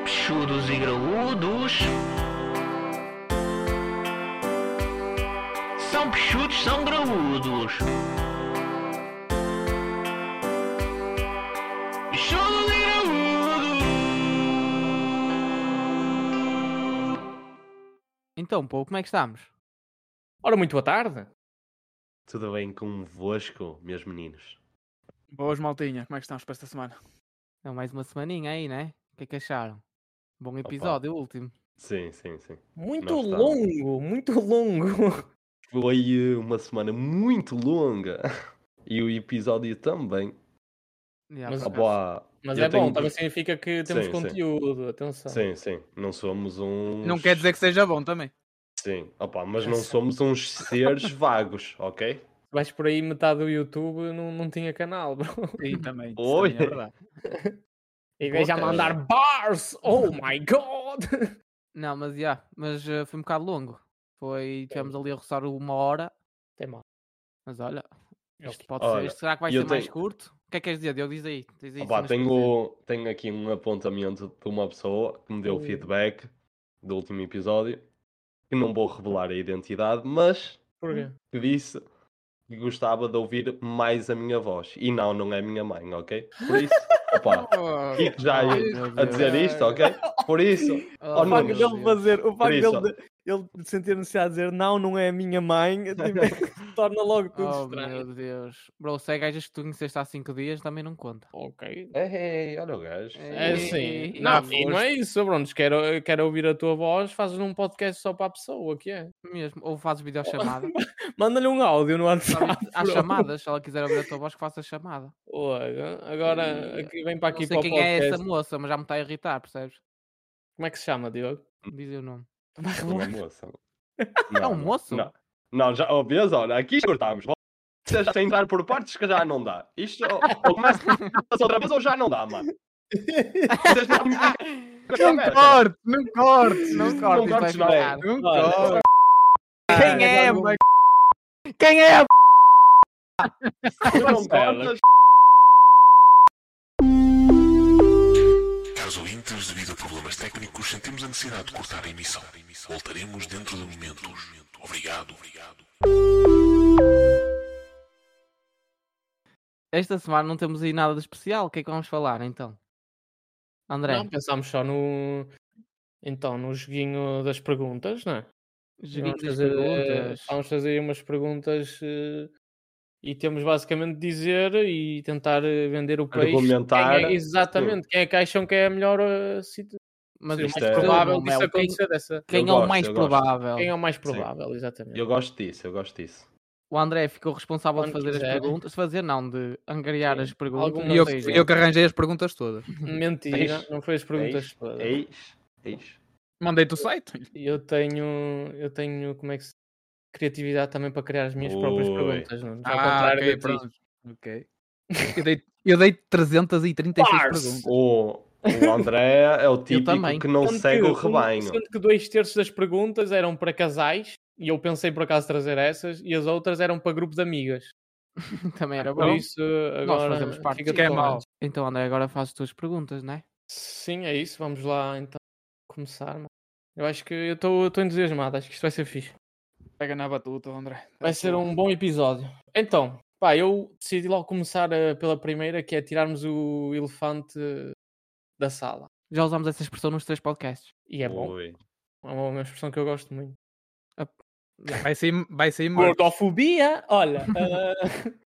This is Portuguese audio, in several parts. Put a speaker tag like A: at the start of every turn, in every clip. A: cabeçudos e graúdos. São peixudos, são graúdos. Peixudos e graúdos.
B: Então, pô, como é que estamos?
C: Ora, muito boa tarde.
D: Tudo bem convosco, meus meninos?
E: Boas, maltinha. Como é que estamos para esta semana?
B: É mais uma semaninha aí, né? O que é que acharam? Bom episódio, o último.
D: Sim, sim, sim.
C: Muito
D: Não está.
C: longo, muito longo.
D: Foi eh, uma semana muito longa e o episódio também.
B: Já,
C: Mas-
B: por
D: Ah, pá,
B: acaso.
C: Mas
D: Eu
C: é bom,
D: tenho-
C: também significa que temos
D: Sim, sim.
C: conteúdo, atenção.
D: Sim, sim. Não somos uns.
B: Não quer dizer que seja bom também.
D: Sim, opa, mas não somos uns seres vagos, ok?
C: Vais por aí metade do YouTube não, não tinha canal, bro.
E: Sim, também. isso
D: Oi.
E: também é verdade.
C: E veja a
D: Puta.
C: mandar bars! Oh my god!
B: Não, mas já, mas eh, foi um bocado longo. Foi, tivemos ali a roçar uma hora,
C: Até mal.
B: mas olha, isto pode
D: Olha,
B: ser, isto será que vai
D: eu
B: ser mais
D: tenho-
B: curto? O que é que queres dizer? Diogo, diz aí, diz aí.
D: Opa,
B: cenas que queres dizer. Hum.
D: tenho, tenho aqui um apontamento de uma pessoa que me deu
C: Ui.
D: feedback do último episódio. Que não vou revelar a identidade, mas
C: Porquê?
D: que disse que gostava de ouvir mais a minha voz. E não, não é a minha mãe, ok? Por isso, opa,
B: Oh,
D: fico já aí
B: meu
D: a
B: Deus.
D: dizer isto, ok? Por isso,
B: Oh,
D: Oh,
B: meu
D: Nuno.
B: Deus.
C: fazer, o
D: Por isso,
C: ele sentir necessidade de dizer não, não é a minha mãe, tipo, torna logo
B: Oh meu Deus. Bro, se é gajas que tu conheceste há 5 dias também não conta.
C: Ok.
D: ei, ei, olha o gajo.
B: É
C: É
B: sim.
C: assim.
B: E-
C: Não,
B: e-
C: e não é isso, Brunos. Quero, quero ouvir a tua voz, fazes um podcast só para a pessoa, que é?
B: Mesmo. Ou fazes videochamada.
C: Manda-lhe um áudio no
B: Sabe,
C: WhatsApp.
B: Há
C: bro.
B: chamadas, se ela quiser ouvir a tua voz, que faça chamada.
C: Olha, agora
B: E-
C: aqui, vem para aqui
B: não sei
C: para o
B: quem
C: podcast.
B: é essa moça, mas já me está a irritar, percebes?
C: Como é que se chama, Diogo?
B: Diz o nome.
D: Não é moça.
B: É um moço?
D: Não, não já, oh, beleza, olha, aqui cortámos. Vocês já têm de entrar por partes que já não dá. Isto, ou, ou começa outra vez ou já não dá, mano. Vocês não
F: Não corte, não corte, não corte.
B: Corta,
D: cortes,
B: isto vai ficar.
F: Não
C: Olha,
F: corte.
B: Quem é,
F: algum-
B: mãe? Quem é?
D: não
C: Marcelo.
D: cortas.
G: Caros ouvintes, devido a problemas técnicos, sentimos a necessidade de cortar a emissão. Voltaremos dentro de momentos. Obrigado, obrigado.
B: Esta semana não temos aí nada de especial. O que é que vamos falar então? André,
C: Não, pensámos só no. Então, no joguinho das perguntas, não é?
B: joguinho
C: Vamos
B: das
C: fazer, eh,
B: perguntas.
C: Vamos fazer aí umas perguntas eh, e temos basicamente de dizer e tentar eh, vender o peixe. quem é-
D: Argumentar,
C: exatamente. Quem é que acham que é a melhor eh, situ-
B: Mas
C: seria o
D: isto
B: isto
C: mais
D: é-
C: provável
B: não,
C: disso
B: meu, quem-
C: acontecer dessa.
D: Eu
B: Quem é o
D: gosto,
B: mais
D: eu gosto.
B: provável?
C: Quem é o mais provável, exatamente.
D: Eu gosto disso, eu gosto disso.
B: O André ficou responsável de
C: Quando
B: fazer as
C: quiser.
B: perguntas. Fazer não, de angariar
C: Sim,
B: as perguntas.
C: alguma
B: ou
F: E eu,
B: seja,
F: eu que arranjei as perguntas todas.
C: Mentira,
D: Eis,
C: não foi as perguntas. todas.
D: Eis, eis.
F: Mandei-te o site.
C: Eu tenho, eu tenho, como é que se criatividade também para criar as minhas próprias
D: Ui.
C: perguntas, não? é? Ao
F: Ah,
C: contrário
F: ok,
C: de ti.
F: pronto. Ok. Eu dei, eu dei 336
C: Parse.
F: perguntas.
D: O, o André é o típico
B: também.
D: que não
C: Sendo
D: segue
C: que- um,
D: o rebanho.
C: Sendo que dois terços das perguntas eram para casais, e eu pensei por acaso trazer essas, e as outras eram para grupos de amigas.
B: também era
C: Por
B: bom.
C: isso, agora
B: fazemos parte
C: fica
B: disso.
C: tudo
F: É mau.
C: bem.
B: Então, André, agora faz as tuas perguntas, não é?
C: Sim, é isso. Vamos lá então começar. mano. Eu acho que eu estou entusiasmado, acho que isto vai ser fixe.
E: Pega na batuta, André.
C: Vai ser um bom episódio. Então, pá, eu decidi logo começar eh, pela primeira, que é tirarmos o elefante da sala.
B: Já usámos essa expressão nos três podcasts.
C: E é bom.
D: Ui.
C: É uma uma expressão que eu gosto muito.
F: Vai sair, vai sair merch.
C: Gordofobia, olha.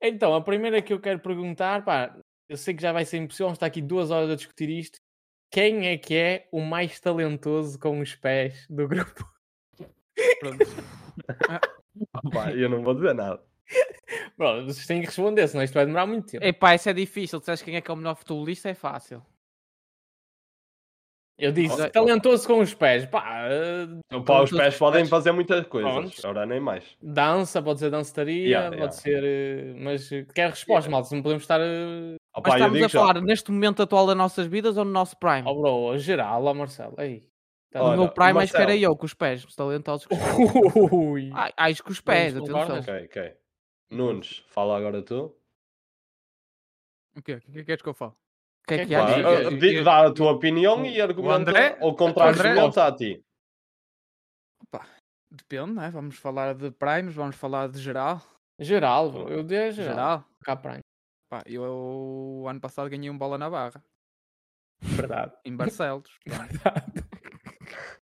C: eh, Então, a primeira que eu quero perguntar, pá, eu sei que já vai ser impossível, vamos estar aqui duas horas a discutir isto. Quem é que é o mais talentoso com os pés do grupo?
D: Pá, eu não vou dizer nada.
C: Bom, vocês têm que responder, senão isto vai demorar muito tempo.
B: Epá, isso é difícil. Tu sabes quem é que é o melhor futebolista? É fácil.
C: Eu disse,
D: Ok.
C: talentoso com os pés, pá, eh,
D: Então, pá, os
B: todos
D: pés
B: os
D: podem
B: pés.
D: fazer muitas coisas.
C: Pronto.
D: Ora, nem mais.
C: dança, pode ser dançaria,
D: Yeah,
C: pode
D: yeah.
C: ser. eh, Mas eh, quero resposta, malta, se não podemos estar. eh,
D: Ah,
B: Mas
D: pá, eu
B: estamos
D: digo
B: a
D: já.
B: falar neste momento atual das nossas vidas ou no nosso prime?
C: Ó, bro, geral, ó, Marcelo, aí. Tá
B: no
D: Ora,
B: meu prime, acho que era
D: Marcelo.
B: eu com os pés. Os talentosos com os pés.
C: Ui.
B: Ai, ai, com os pés,
C: Vamos
B: atenção.
C: concordas?
D: Ok, ok. Nunes, fala agora tu.
F: O quê? O que é que queres que eu falo?
B: O que é
C: Que
B: que
C: é
B: há?
D: Pá,
C: diga,
D: ah,
C: diga.
D: di- Dá a tua opinião e argumenta
F: André-
D: ou contra-argumenta
F: André-
D: a ti.
F: Depende, não é? Vamos falar de primes, vamos falar de geral.
C: Geral, bro, eu dei a geral.
F: Geral.
C: Cá para aí.
F: Pá, eu o ano passado ganhei um bola na barra,
C: Verdade.
F: em Barcelos.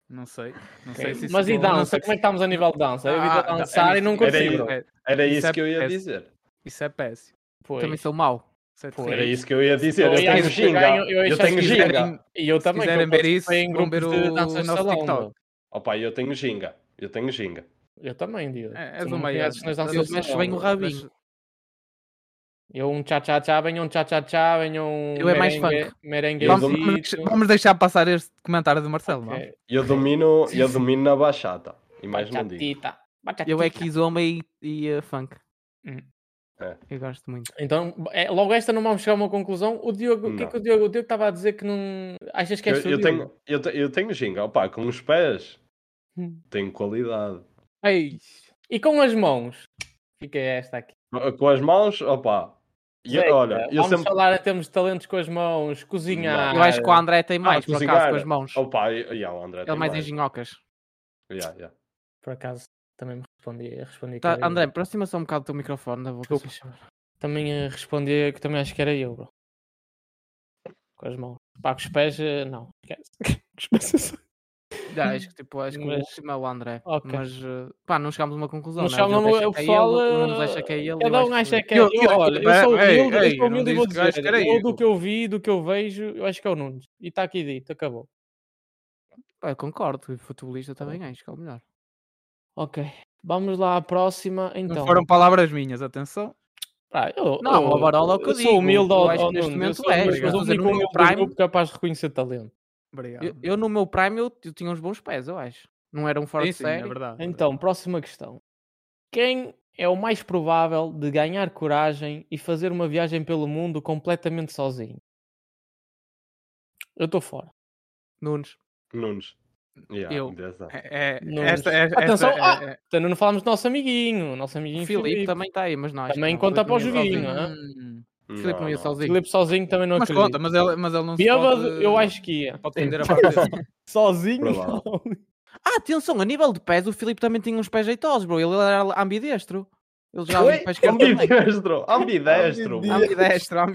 F: não sei. Não sei se isso
C: Mas e
F: conta, não
C: dança?
F: sei
C: Como é
F: se-
C: que estamos a nível de dança? Eu evito
F: Ah,
C: a dançar e não
D: era
C: consigo.
D: isso.
F: isso é-
D: Era
F: Isso
D: isso
F: é
D: que eu ia
F: péssimo.
D: dizer.
F: Isso é péssimo.
C: ah, Pois.
B: Também sou mau.
F: Isso é
C: Pois.
D: Era
F: terrível.
D: isso que eu ia dizer.
C: Eu
D: Eu,
C: ia
D: tenho
C: dizer que
D: ginga.
C: ganho- eu ia
D: Eu
C: achar
D: tenho
C: que
F: Se
D: ginga.
F: quiserem-
C: E eu
F: se
C: também. que eu
F: quiserem ver
C: participei
F: isso,
C: em
F: vão ver
C: grupos de
F: o
C: danças de
F: nosso
C: salão,
F: TikTok.
C: bro.
D: Opa, eu tenho ginga. Eu tenho ginga.
C: Eu também, digo.
F: É-
C: Tu
F: És
C: não
F: o maior.
C: conheces nas danças
B: Eu
C: de
B: mexo
C: salão,
B: bem o
C: bro.
B: rabinho.
C: Eu um tchá-tchá-tchá, venho um tchá-tchá-tchá, venho um.
B: Eu é mais
C: merengue- merengue-
D: Eu
F: Vamos,
D: dou-
F: vamos-
C: merenguezito.
F: vamos deixar passar este comentário do Marcelo, vamos.
C: Ok.
D: Eu domino, eu domino na baixata. E mais não digo.
C: Bachatita, bachatita.
B: Eu é Kizomba e, e uh, funk.
C: Hum.
D: É.
B: Eu gosto muito.
C: Então, é, logo esta não vamos chegar a uma conclusão. O Diogo, o que é
D: Não.
C: que o Diogo? O Diogo estava a dizer que não. Achas que é
D: Eu,
C: és tu,
D: eu,
C: Diogo?
D: tenho, eu, te- eu tenho ginga. Opa, com os pés.
C: Hum.
D: Tenho qualidade.
E: Ei,
C: E com as mãos? Fica esta aqui.
D: Com as mãos, opa. E,
C: Zeca,
D: olha, eu
C: vamos
D: sempre.
C: falar em termos de talentos com as mãos, cozinhar.
B: Eu acho que o André
C: ah,
B: tem mais, por
D: cozinhar.
B: acaso, com as mãos.
D: Opa, e, e, o André
B: Ele é
D: tem
B: mais engenhocas.
D: Yeah, yeah.
C: Por acaso, também me respondi. eu respondi que
B: Tá,
C: era eu.
B: André, aproxima só um bocado do teu microfone da boca.
C: Desculpa, senhor. Também eh, respondi que também acho que era eu, bro. Com as mãos. Pá, com os pés, eh, não. Esquece. Com os pés é só-
B: Já, acho que, tipo, acho que
C: Mas-
B: o último é o André.
C: Ok.
B: Mas, uh, pá, não chegámos a uma conclusão.
C: Não
B: né?
C: chegamos a uma-
B: Diogo acha
C: o
B: que é
C: pessoal,
B: ele, o Nunes
C: eh,
B: acha que é ele.
C: Cada
B: eu
C: um
B: acho
C: acha que é.
F: Eu-
C: Eu,
F: eu-
C: olha, eu sou
F: ei,
C: humilde, eu
F: ei,
C: sou
F: eu não
C: humilde e
F: disse
C: vou
F: que acho que
C: dizer.
F: era
C: Eu
F: eu.
C: do que eu vi, do que eu vejo, eu acho que é o Nunes. E está aqui dito, acabou.
B: que- Ah, concordo. E futebolista também acho que é o melhor.
C: Ok. Vamos lá à próxima,
F: Não
C: então.
F: foram palavras minhas, atenção.
C: Ah, eu,
B: Não,
C: eu,
B: o overall é o que eu digo,
C: sou humilde
B: eu
C: ao,
B: acho
C: ao
B: que neste
C: Nunes, é, eu
B: momento
C: sou
B: és,
C: humilde,
B: mas
C: sou
B: estou a dizer,
C: o
B: no
C: único
B: meu
C: humilde do
B: prime-
C: grupo capaz de reconhecer talento.
F: Obrigado.
B: Eu, eu, no meu prime, eu, eu tinha uns bons pés, eu acho. Não era um fora
F: Sim,
B: de
F: sim, é
B: série.
F: verdade.
C: Então, próxima questão. Quem é o mais provável de ganhar coragem e fazer uma viagem pelo mundo completamente sozinho? Eu estou fora.
B: Nunes.
D: Nunes. Yeah,
F: Eu.
D: dessa.
F: É, é-
C: Nunes.
F: esta, é, esta
C: Atenção,
F: é-
C: ah!
F: é-
C: Então, não falamos do nosso amiguinho, o nosso amiguinho
B: Filipe,
C: Filipe.
B: também está aí, mas não acho
C: Também
B: que não,
C: conta para o
B: Filipe não ia
C: joguinho,
B: sozinho.
C: não é?
F: Hum.
B: Filipe não ia
D: não.
B: sozinho.
C: Filipe sozinho também não
F: Mas
C: acredito.
F: conta, mas ele, mas ele não se
C: Bêbado,
F: pode-
C: eu acho que ia.
F: Pode tender a fazer.
C: Sozinho?
D: Provável.
C: não.
B: Ah, atenção, a nível de pés, o Filipe também tinha uns pés jeitosos, bro. Ele era ambidestro. Ele jogava de pés com
D: Ambidestro, ambidestro.
B: Ambidestro,
F: E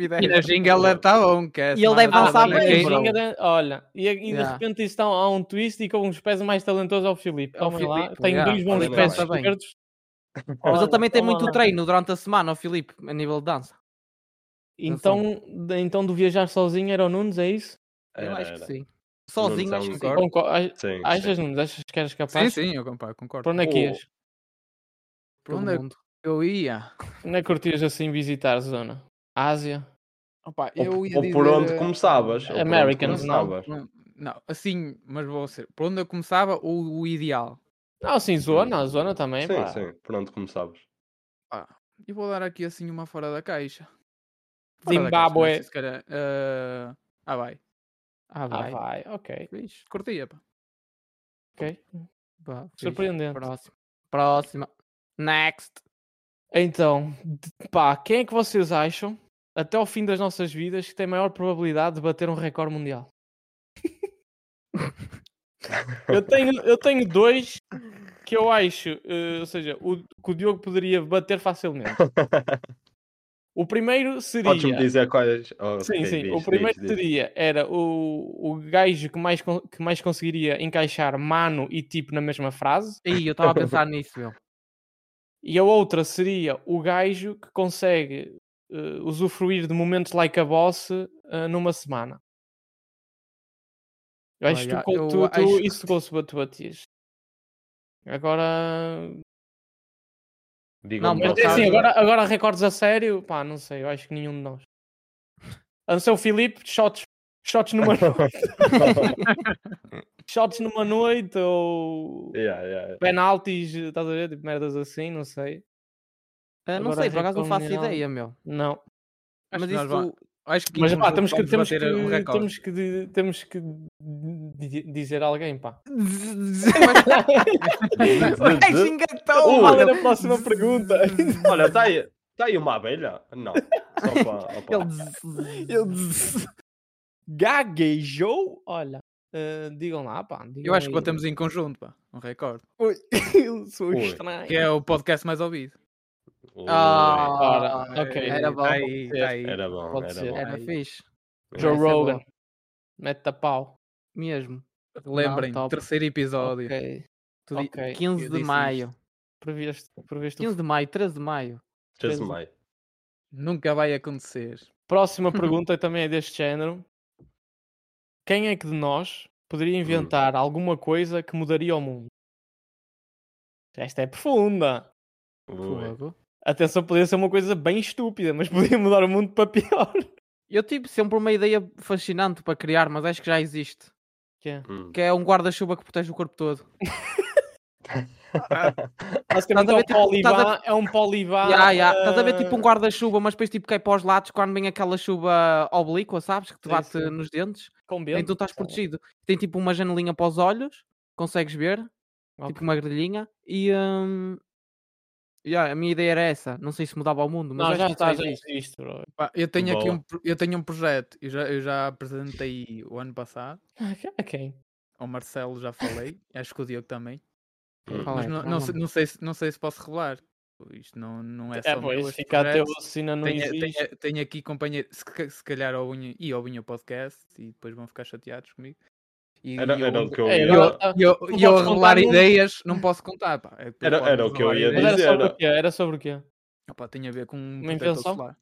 F: na
B: ambidestro.
F: jingle está bom, É, que é
B: E ele deve
F: semana-
B: dançar
F: Ah,
B: bem,
F: ok.
B: bro.
C: Ginga dan- Olha, e, e de
B: Yeah.
C: repente isto há, há um twist e com os pés mais talentosos ao Filipe.
B: É o
C: Tomem lá,
B: Filipe,
C: tem
B: yeah,
C: dois bons
D: Filipe
C: pés
D: dança
B: bem.
C: esquerdos.
B: Mas
C: Olha,
B: ele também tem
C: toma
B: muito
C: lá.
B: treino durante a semana, o Filipe, a nível de dança.
C: Então, de- então do viajar sozinho era o Nunes, é isso?
B: Eu
D: Era,
B: acho que
D: era.
B: sim.
D: Nunes
B: Sozinho,
D: é um-
B: acho que sim.
F: Concordo.
C: Conco- a-
D: Sim,
C: Achas,
D: sim.
C: Nunes? Achas que eras
F: Sim,
C: capaz?
F: sim, eu compa- concordo.
C: Para onde é que
D: Oh.
C: ias?
B: Por
F: Onde é
B: onde
F: que-
B: mundo.
F: Eu ia.
C: Onde é que curtias assim visitar zona? Ásia?
F: Opa,
D: Ou-
F: eu ia
D: Ou por
F: dizer,
D: onde
F: eh,
D: começavas? ou por onde
C: Americans, não.
D: começavas.
F: Não, não, assim, mas vou ser. Por onde eu começava, o, o ideal.
C: Não, sim, zona, a zona também.
D: Sim,
C: pá.
D: sim, por onde começavas.
F: E vou dar aqui assim uma fora da caixa. Fora da caixa, não
C: Zimbábue.
E: né,
F: sei se calhar, eh, ah, vai.
B: Ah,
C: Ah,
B: vai.
C: vai, ok.
F: Fixe, Curtia, pá.
C: ok.
B: Pá, fixe.
C: Surpreendente.
B: Próximo. Próxima. Next.
C: Então, de- pá, quem é que vocês acham, até ao fim das nossas vidas, que tem maior probabilidade de bater um recorde mundial? eu, tenho, eu tenho dois que eu acho, eh, ou seja, o, que o Diogo poderia bater facilmente. O primeiro
D: Podes-me
C: seria.
D: dizer quais. oh,
C: Sim,
D: ok,
C: sim.
D: diz,
C: o primeiro
D: diz, diz.
C: seria era o, o gajo que mais, con- que mais conseguiria encaixar mano e tipo na mesma frase.
B: Ih, eu estava a pensar nisso, meu.
C: E a outra seria o gajo que consegue eh, usufruir de momentos like a boss eh, numa semana. Eu acho que tu,
F: Olha,
C: co-
F: eu
C: tu- tu-
F: acho que
C: isso tu, tu batias. Agora.
D: Digam-me
B: Não, mas
C: Mas
D: vocês.
C: é assim,
B: sabes-
C: agora, agora recordes a sério, pá, não sei, eu acho que nenhum de nós. A não ser o Filipe, shots, shots numa noite. shots numa noite ou
F: É.
D: Yeah, yeah, yeah.
C: penaltis, estás a ver? Tipo, merdas assim, não sei.
B: Ah, não
C: Agora
B: sei, por acaso não faço
C: recomendado.
B: ideia, meu.
C: Não.
F: Acho
B: Mas
F: que nós
B: isso
F: vamos-
B: tu-
F: Acho que
C: Mas
F: vamos-
C: pá, temos que,
F: vamos
C: temos, que,
F: bater um recorde.
C: temos, que, di- temos que di- dizer a alguém, pá.
B: Ai, xinga tão
D: uh, Ui.
B: mal.
C: Qual era a próxima pergunta?
D: Olha, tá está aí, tá aí uma abelha? Não. Só para.
B: Ele-
C: gaguejou, olha, eh, digam lá, pá. digam
E: Eu acho que
C: aí.
E: batemos em conjunto, pá. Um recorde.
C: Ui, eu sou
D: Ui.
C: estranho.
E: Que é o podcast mais ouvido.
D: Ui,
C: Ora,
B: Ah,
C: ok.
B: Era bom.
E: Tá aí, tá aí.
D: Era bom,
C: Pode
D: era
C: ser.
D: bom.
B: Era
E: Aí.
B: fixe.
C: Joe
B: Vai ser
C: Rogan,
B: bom.
C: mete a pau.
B: Mesmo.
E: Lembrem,
C: top.
E: terceiro episódio.
C: Ok.
E: Tu di-
C: ok.
B: 15
E: eu
B: de
E: disse
B: maio.
C: Preveste, preveste o
B: 15 de maio, 13 de maio.
D: 13 de maio.
E: Nunca vai acontecer.
C: Próxima pergunta também é deste género. Quem é que de nós poderia inventar alguma coisa que mudaria o mundo? Esta é profunda.
D: Ui.
C: Fogo. Atenção, poderia ser uma coisa bem estúpida, mas poderia mudar o mundo para pior.
B: Eu tive sempre uma ideia fascinante para criar, mas acho que já existe.
C: Que é?
D: Hum.
B: Que é um guarda-chuva que protege o corpo todo. Estás a
C: Basicamente é um
B: ver, tipo, estás a-
C: polivan, é um polivan.
B: Ya, ya. Estás a ver tipo um
C: eh,
B: guarda-chuva, mas depois tipo cai para os lados quando vem aquela chuva oblíqua, sabes? Que te
C: Sim,
B: bate
C: sim.
B: nos dentes.
C: com
B: então
C: dentes,
B: estás
C: sei lá.
B: protegido. Tem tipo uma janelinha para os olhos, consegues ver,
C: Ok.
B: tipo uma grelhinha. E hum, ya, a minha ideia era essa. Não sei se mudava o mundo, mas
C: Não,
B: acho
C: já
B: que isso
C: está, já
B: existe.
C: existe, bro.
E: Pá, eu tenho aqui
D: Boa.
E: um, pro- eu tenho um projeto, eu já, eu já apresentei o ano passado,
C: Ah, Quem?
E: ao Marcelo já falei, acho que o Diogo também,
B: Qual
E: mas
B: é?
E: não,
B: Qual
E: não
B: é?
E: sei, não, sei se, não sei se posso revelar. Isto não, não é só
C: É,
E: meu,
C: pois,
E: este
C: fica até
E: projeto.
C: o sina não
E: tenho,
C: existe.
E: tenho, tenho aqui companheiro, se, ca- se calhar ao Unha, e ao Unha Podcast, e depois vão ficar chateados comigo. E,
D: Era,
E: e eu-
D: era o que eu
C: É,
D: ia.
C: agora tá-
E: e eu,
C: Não
E: e eu a
C: podes contar
E: revelar
C: muito.
E: ideias, não posso contar. Pá. É depois
D: Era-
E: podem
D: era o que eu
E: revelar
D: ia
E: ideias.
C: Mas era
D: dizer,
C: sobre
D: era-
C: o quê? Era sobre o quê?
E: Opá, tem a ver com um
C: Uma
E: protetor
C: invenção?
E: solar.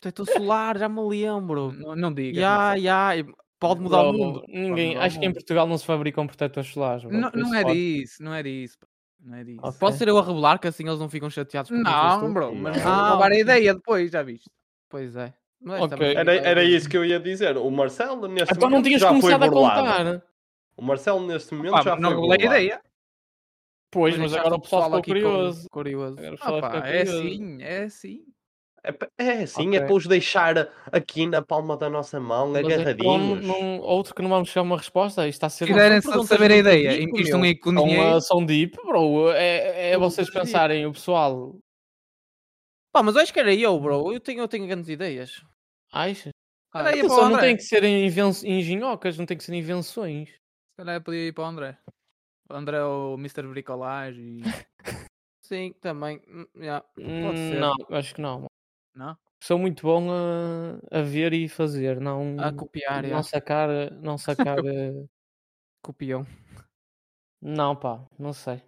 B: Protetor solar, já me lembro.
E: Não, não digas.
B: Ya,
E: Marcelo.
B: ya. e Pode mudar o
C: Bro,
B: mundo.
C: Ninguém,
E: mudar o
C: acho que em
E: mundo.
C: Portugal não se fabricam protetores solares. bro,
E: Não,
C: por
E: não
C: isso
E: é
C: pode-
E: disso, não é disso. pá. Não é disso.
C: Ok.
B: Posso ser eu a revelar que assim eles não ficam chateados por
E: Não, bro, mas
D: Não.
E: vou roubar a ideia depois, já viste?
B: Pois é. Mas esta
C: Ok.
B: merda é
D: Era,
B: vai-
D: era isso que eu ia dizer. O Marcelo, neste
C: Então não
D: momento,
C: tinhas
D: já foi
C: começado a
D: burlado.
C: contar.
D: O Marcelo, neste momento,
E: Pá,
D: já foi
E: não revelei a
D: burlado.
E: ideia.
C: Pois, mas
B: deixaste
C: agora o pessoal ficou
B: aqui com-
C: curioso.
B: curioso.
C: Agora o
E: Ah,
C: pessoal
E: pá,
C: ficou
E: é
C: curioso.
E: assim, é assim.
D: É, pa- é sim, é
C: Ok.
D: para os deixar aqui na palma da nossa mão,
C: Mas então,
D: agarradinhos.
C: não- outro que não vamos chegar a uma resposta, isto está a ser.
E: Se quiserem sa-
B: perguntas
E: saber a
B: muito
E: ideia,
B: deep,
E: em que isto não é com
C: são,
E: dinheiro,
C: ah, são deep, bro. É, é
B: Perguntas
C: vocês
B: deep.
C: pensarem, o pessoal.
B: Pá, mas eu acho que era eu, bro. Eu tenho, eu tenho grandes ideias.
C: Acha?
E: Olha aí, é
C: Atenção,
E: pô,
C: não
E: André.
C: tem que ser inven... engenhocas, não tem que ser invenções.
E: se calhar podia ir para o André. O André é o Mr. Bricolage e.
B: Sim, também. hum, yeah. ser.
C: Não, acho que não.
E: Não?
C: Sou muito bom a, a ver e fazer, não
B: A copiar, é.
C: não
B: yeah.
C: sacar, eh, não sacar, eh,
B: copiam.
C: não pá, não sei.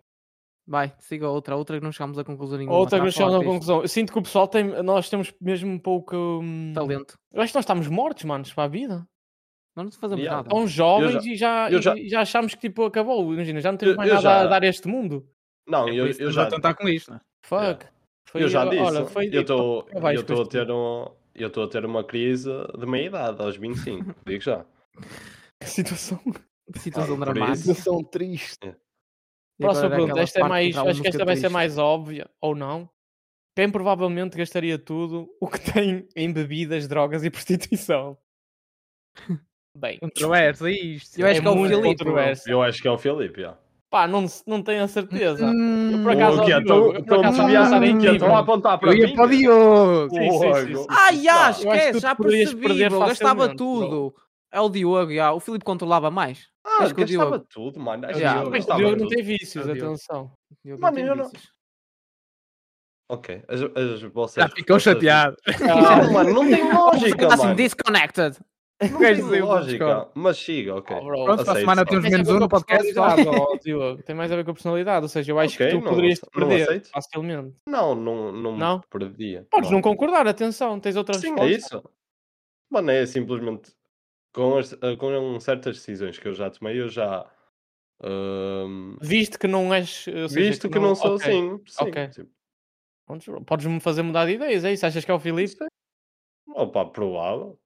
B: Vai, siga outra. Outra que não chegámos a conclusão nenhuma.
C: Outra
B: tá
C: que
B: a falar
C: chegamos à
B: fixe.
C: conclusão. Eu sinto que o pessoal tem, nós temos mesmo pouco. hum,
B: Talento.
C: Eu acho que nós estamos mortos, manos, para a vida.
B: Nós não fazemos
D: Yeah.
B: nada.
C: São jovens
D: já-
C: um e, já,
D: eu
C: e-
D: já-
C: e já achámos que tipo acabou. Imagina, já não temos
D: Eu-
C: mais
D: eu
C: nada a
D: já-
C: dar a este mundo.
D: Não,
E: É por
D: eu,
E: isso que
D: eu
E: estamos
D: já,
E: a tentar com isto, não é?
C: Fuck. Foi
D: eu já
C: agora-
D: disse.
C: olha, foi tipo
D: eu estou
C: para baixo
D: eu estou a
C: este
D: ter um, eu estou a ter uma crise de meia idade aos 25, digo já.
C: Que situação,
B: Situação
D: por
B: dramática.
D: isso.
C: situação triste.
B: E agora
C: Próxima
B: era
C: pergunta,
B: aquela
C: esta é
B: parte que
C: mais,
B: entrava
C: acho que
B: música
C: esta vai ser
B: triste.
C: mais óbvia, ou não. Quem provavelmente gastaria tudo o que tem em bebidas, drogas e prostituição? Bem,
E: Controverso, é isto.
B: Eu acho
C: é
B: que é o
C: muito
B: Filipe, bro.
C: controverso.
D: Eu acho que é o Filipe, já.
C: Pá, não, se- não tenho a certeza.
B: Hum,
C: Eu por
D: Oh,
C: acaso
D: que
C: ouvi
D: é,
C: o jogo, eu por
D: estão-
C: acaso
D: estão-
C: ouvi essa
D: que é,
C: mentira.
D: estão a apontar para
E: Eu ia
D: mim.
E: para o Diogo!
C: Sim, sim, sim,
D: Logo.
C: sim.
B: Ah, já,
C: acho que tu
B: esquece, já
C: poderias
B: percebi,
C: perder
B: bro. Gastava
C: facilmente, bro.
B: tudo. É o Diogo, já. O Filipe controlava mais.
D: Ah,
B: Acho que o
D: gastava
B: Diogo-
D: tudo, mano.
B: o
D: Acho que
B: Diogo.
D: eu
C: Mas o
D: gastava
C: Diogo não
D: tudo.
C: tem vícios,
E: É o Diogo.
C: atenção.
B: O Diogo
D: Mano,
B: tem
D: eu não-
B: vícios.
D: Ok, as, as vocês...
E: Já ficam
D: vocês-
E: chateados.
D: Não, mano, não tá tem lógica,
B: Assim,
D: mano.
B: disconnected.
D: Não
E: queres
D: tem
E: dizer o
D: lógica,
E: Discord.
D: mas siga, ok.
C: Oh, bro,
E: Pronto, para a
D: aceito,
E: semana
D: tá.
E: temos
C: tem mais a
E: menos
C: ver
E: um
C: com
E: no
C: a
E: podcast.
C: personalidade, ó, Diogo. Tem mais a ver com a personalidade, ou seja, eu acho
D: Ok,
C: que tu
D: não
C: poderias te
D: ace- não
C: perder
D: aceito.
C: facilmente.
D: Não, não, não,
C: Não?
D: me perdia.
C: Podes não concordar, atenção, tens outra
D: Sim, é
C: resposta.
D: isso. Mano, é simplesmente com, as- eh, com certas decisões que eu já tomei, eu já ahm,
C: Visto que não és. ou seja,
D: visto que não sou
C: ok.
D: assim. Sim,
C: ok.
D: sim.
C: Pronto, bro, Podes-me fazer mudar de ideias, é isso? Achas que é o Filipe?
D: Opa, provável.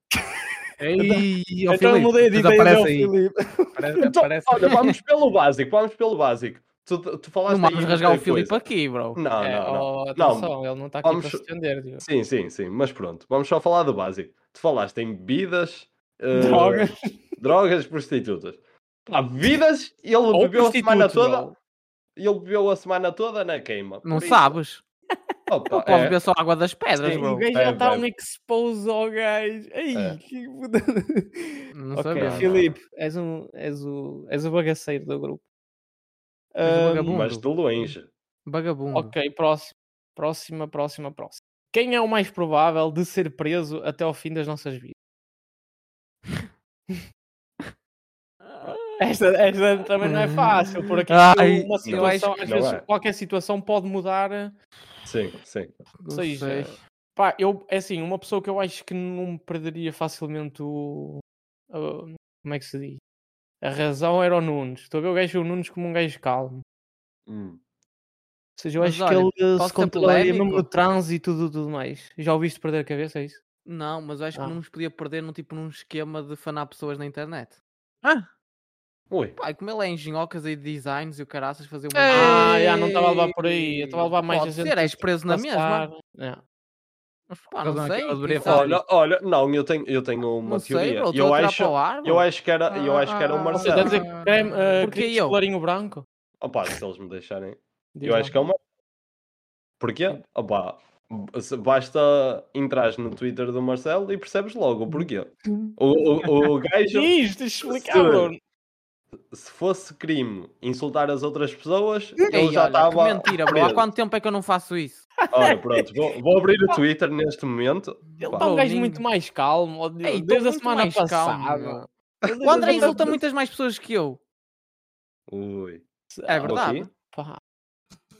E: Ei,
C: então
E: ó,
C: eu
E: Filipe,
C: mudei de ideias
E: desaparece
C: ao
E: aí.
C: Filipe.
E: Aparece,
D: Então,
E: aparece.
D: olha, vamos pelo básico, vamos pelo básico. Tu, tu falaste
B: Não vamos
D: aí
B: rasgar o
D: muita
B: Filipe
D: coisa.
B: aqui, bro.
D: Não,
C: É,
D: não, não.
C: oh, atenção, ele não está aqui
D: vamos-
C: para se defender, Diogo.
D: Sim, sim, sim, mas pronto, vamos só falar do básico. Tu falaste em bebidas, eh,
C: Drogas.
D: drogas, prostitutas. Pá, bebidas, ele
C: Ou
D: bebeu a semana
C: prostituto,
D: toda,
C: bro.
D: ele bebeu a semana toda na queima.
B: Não
D: Por isso-
B: sabes.
D: Opa,
B: Não posso
D: é.
B: beber só água das pedras,
D: Sim.
C: O
B: bro.
C: gajo
D: É,
C: já está
D: vai.
C: um expose ao gajo. Ei,
D: É.
C: que puta.
B: Não
C: Ok,
B: sabia.
C: Filipe, és, um, és, o, és o bagaceiro do grupo.
B: És o
C: Ahm,
B: vagabundo.
D: Mas de longe.
B: Vagabundo.
C: ok, próximo. Próxima, próxima, próxima. Quem é o mais provável de ser preso até ao fim das nossas vidas? Esta, esta também não é fácil, por aqui
B: Ai,
C: uma
D: eu acho
C: situação, às
D: que não
C: vezes,
D: é.
C: qualquer situação pode mudar
D: Sim, sim.
B: Não
C: Ou seja,
B: sei.
C: pá, eu, é assim, uma pessoa que eu acho que não perderia facilmente o. o- como é que se diz? A razão era o Nunes. Estou a ver o gajo o Nunes como um gajo calmo. Ou
D: Hum.
C: seja, eu
B: Mas
C: acho
B: olha,
C: que
B: posso
C: ele se
B: ser
C: controlaria mesmo
B: polémico?
C: no trânsito e tudo, tudo mais. Já ouviste perder a cabeça, é isso?
B: Não, mas eu acho
C: Ah.
B: que não nos podia perder num tipo num esquema de fanar pessoas na internet.
D: Ui.
B: Pá, e como ele é engenhocas e designs e o caraças fazer uma.
C: Ah, já não estava a levar por aí. Eu estava a levar mais
B: Pode
C: a gente
B: ser, és preso na
C: passar.
B: mesma.
C: É.
B: Mas pá,
E: razão
B: não
E: é que
B: sei.
E: ela
B: quem
E: deveria
B: sabe?
D: Olha, olha, não, eu tenho, eu tenho uma
B: não sei,
D: teoria.
B: bro.
D: eu,
B: estou a tirar
D: acho,
B: para o ar,
D: eu
B: bro.
D: acho que era, eu acho que era o
E: Ah,
C: Ou seja, estás
D: Marcelo.
C: a dizer que creme, ah,
B: Porque
C: crepes
B: eu?
C: de colarinho branco?
D: Opa, se eles me deixarem.
C: Diz
D: Eu
C: lá.
D: acho que é uma. Porquê? Opa, se- basta entrar no Twitter do Marcelo e percebes logo o porquê. O, o, o gajo,
C: Diz, tens de explicar,
D: Sim.
C: Bruno.
D: se fosse crime insultar as outras pessoas,
B: Ei,
D: ele já
B: olha, que
D: estava.
B: mentira, bro. Há
D: preso.
B: quanto tempo é que eu não faço isso?
D: Ora, pronto, vou, vou abrir o Twitter neste momento.
C: Ele
D: Pá.
C: está um gajo
B: Bruninho.
C: muito mais calmo.
B: Ei, estou
C: Desde a
B: muito
C: semana
B: mais calmo,
C: passada.
B: meu. O André insulta muitas mais pessoas que eu.
D: Ui.
C: Ah,
B: É verdade.
D: Ok.
C: Pá.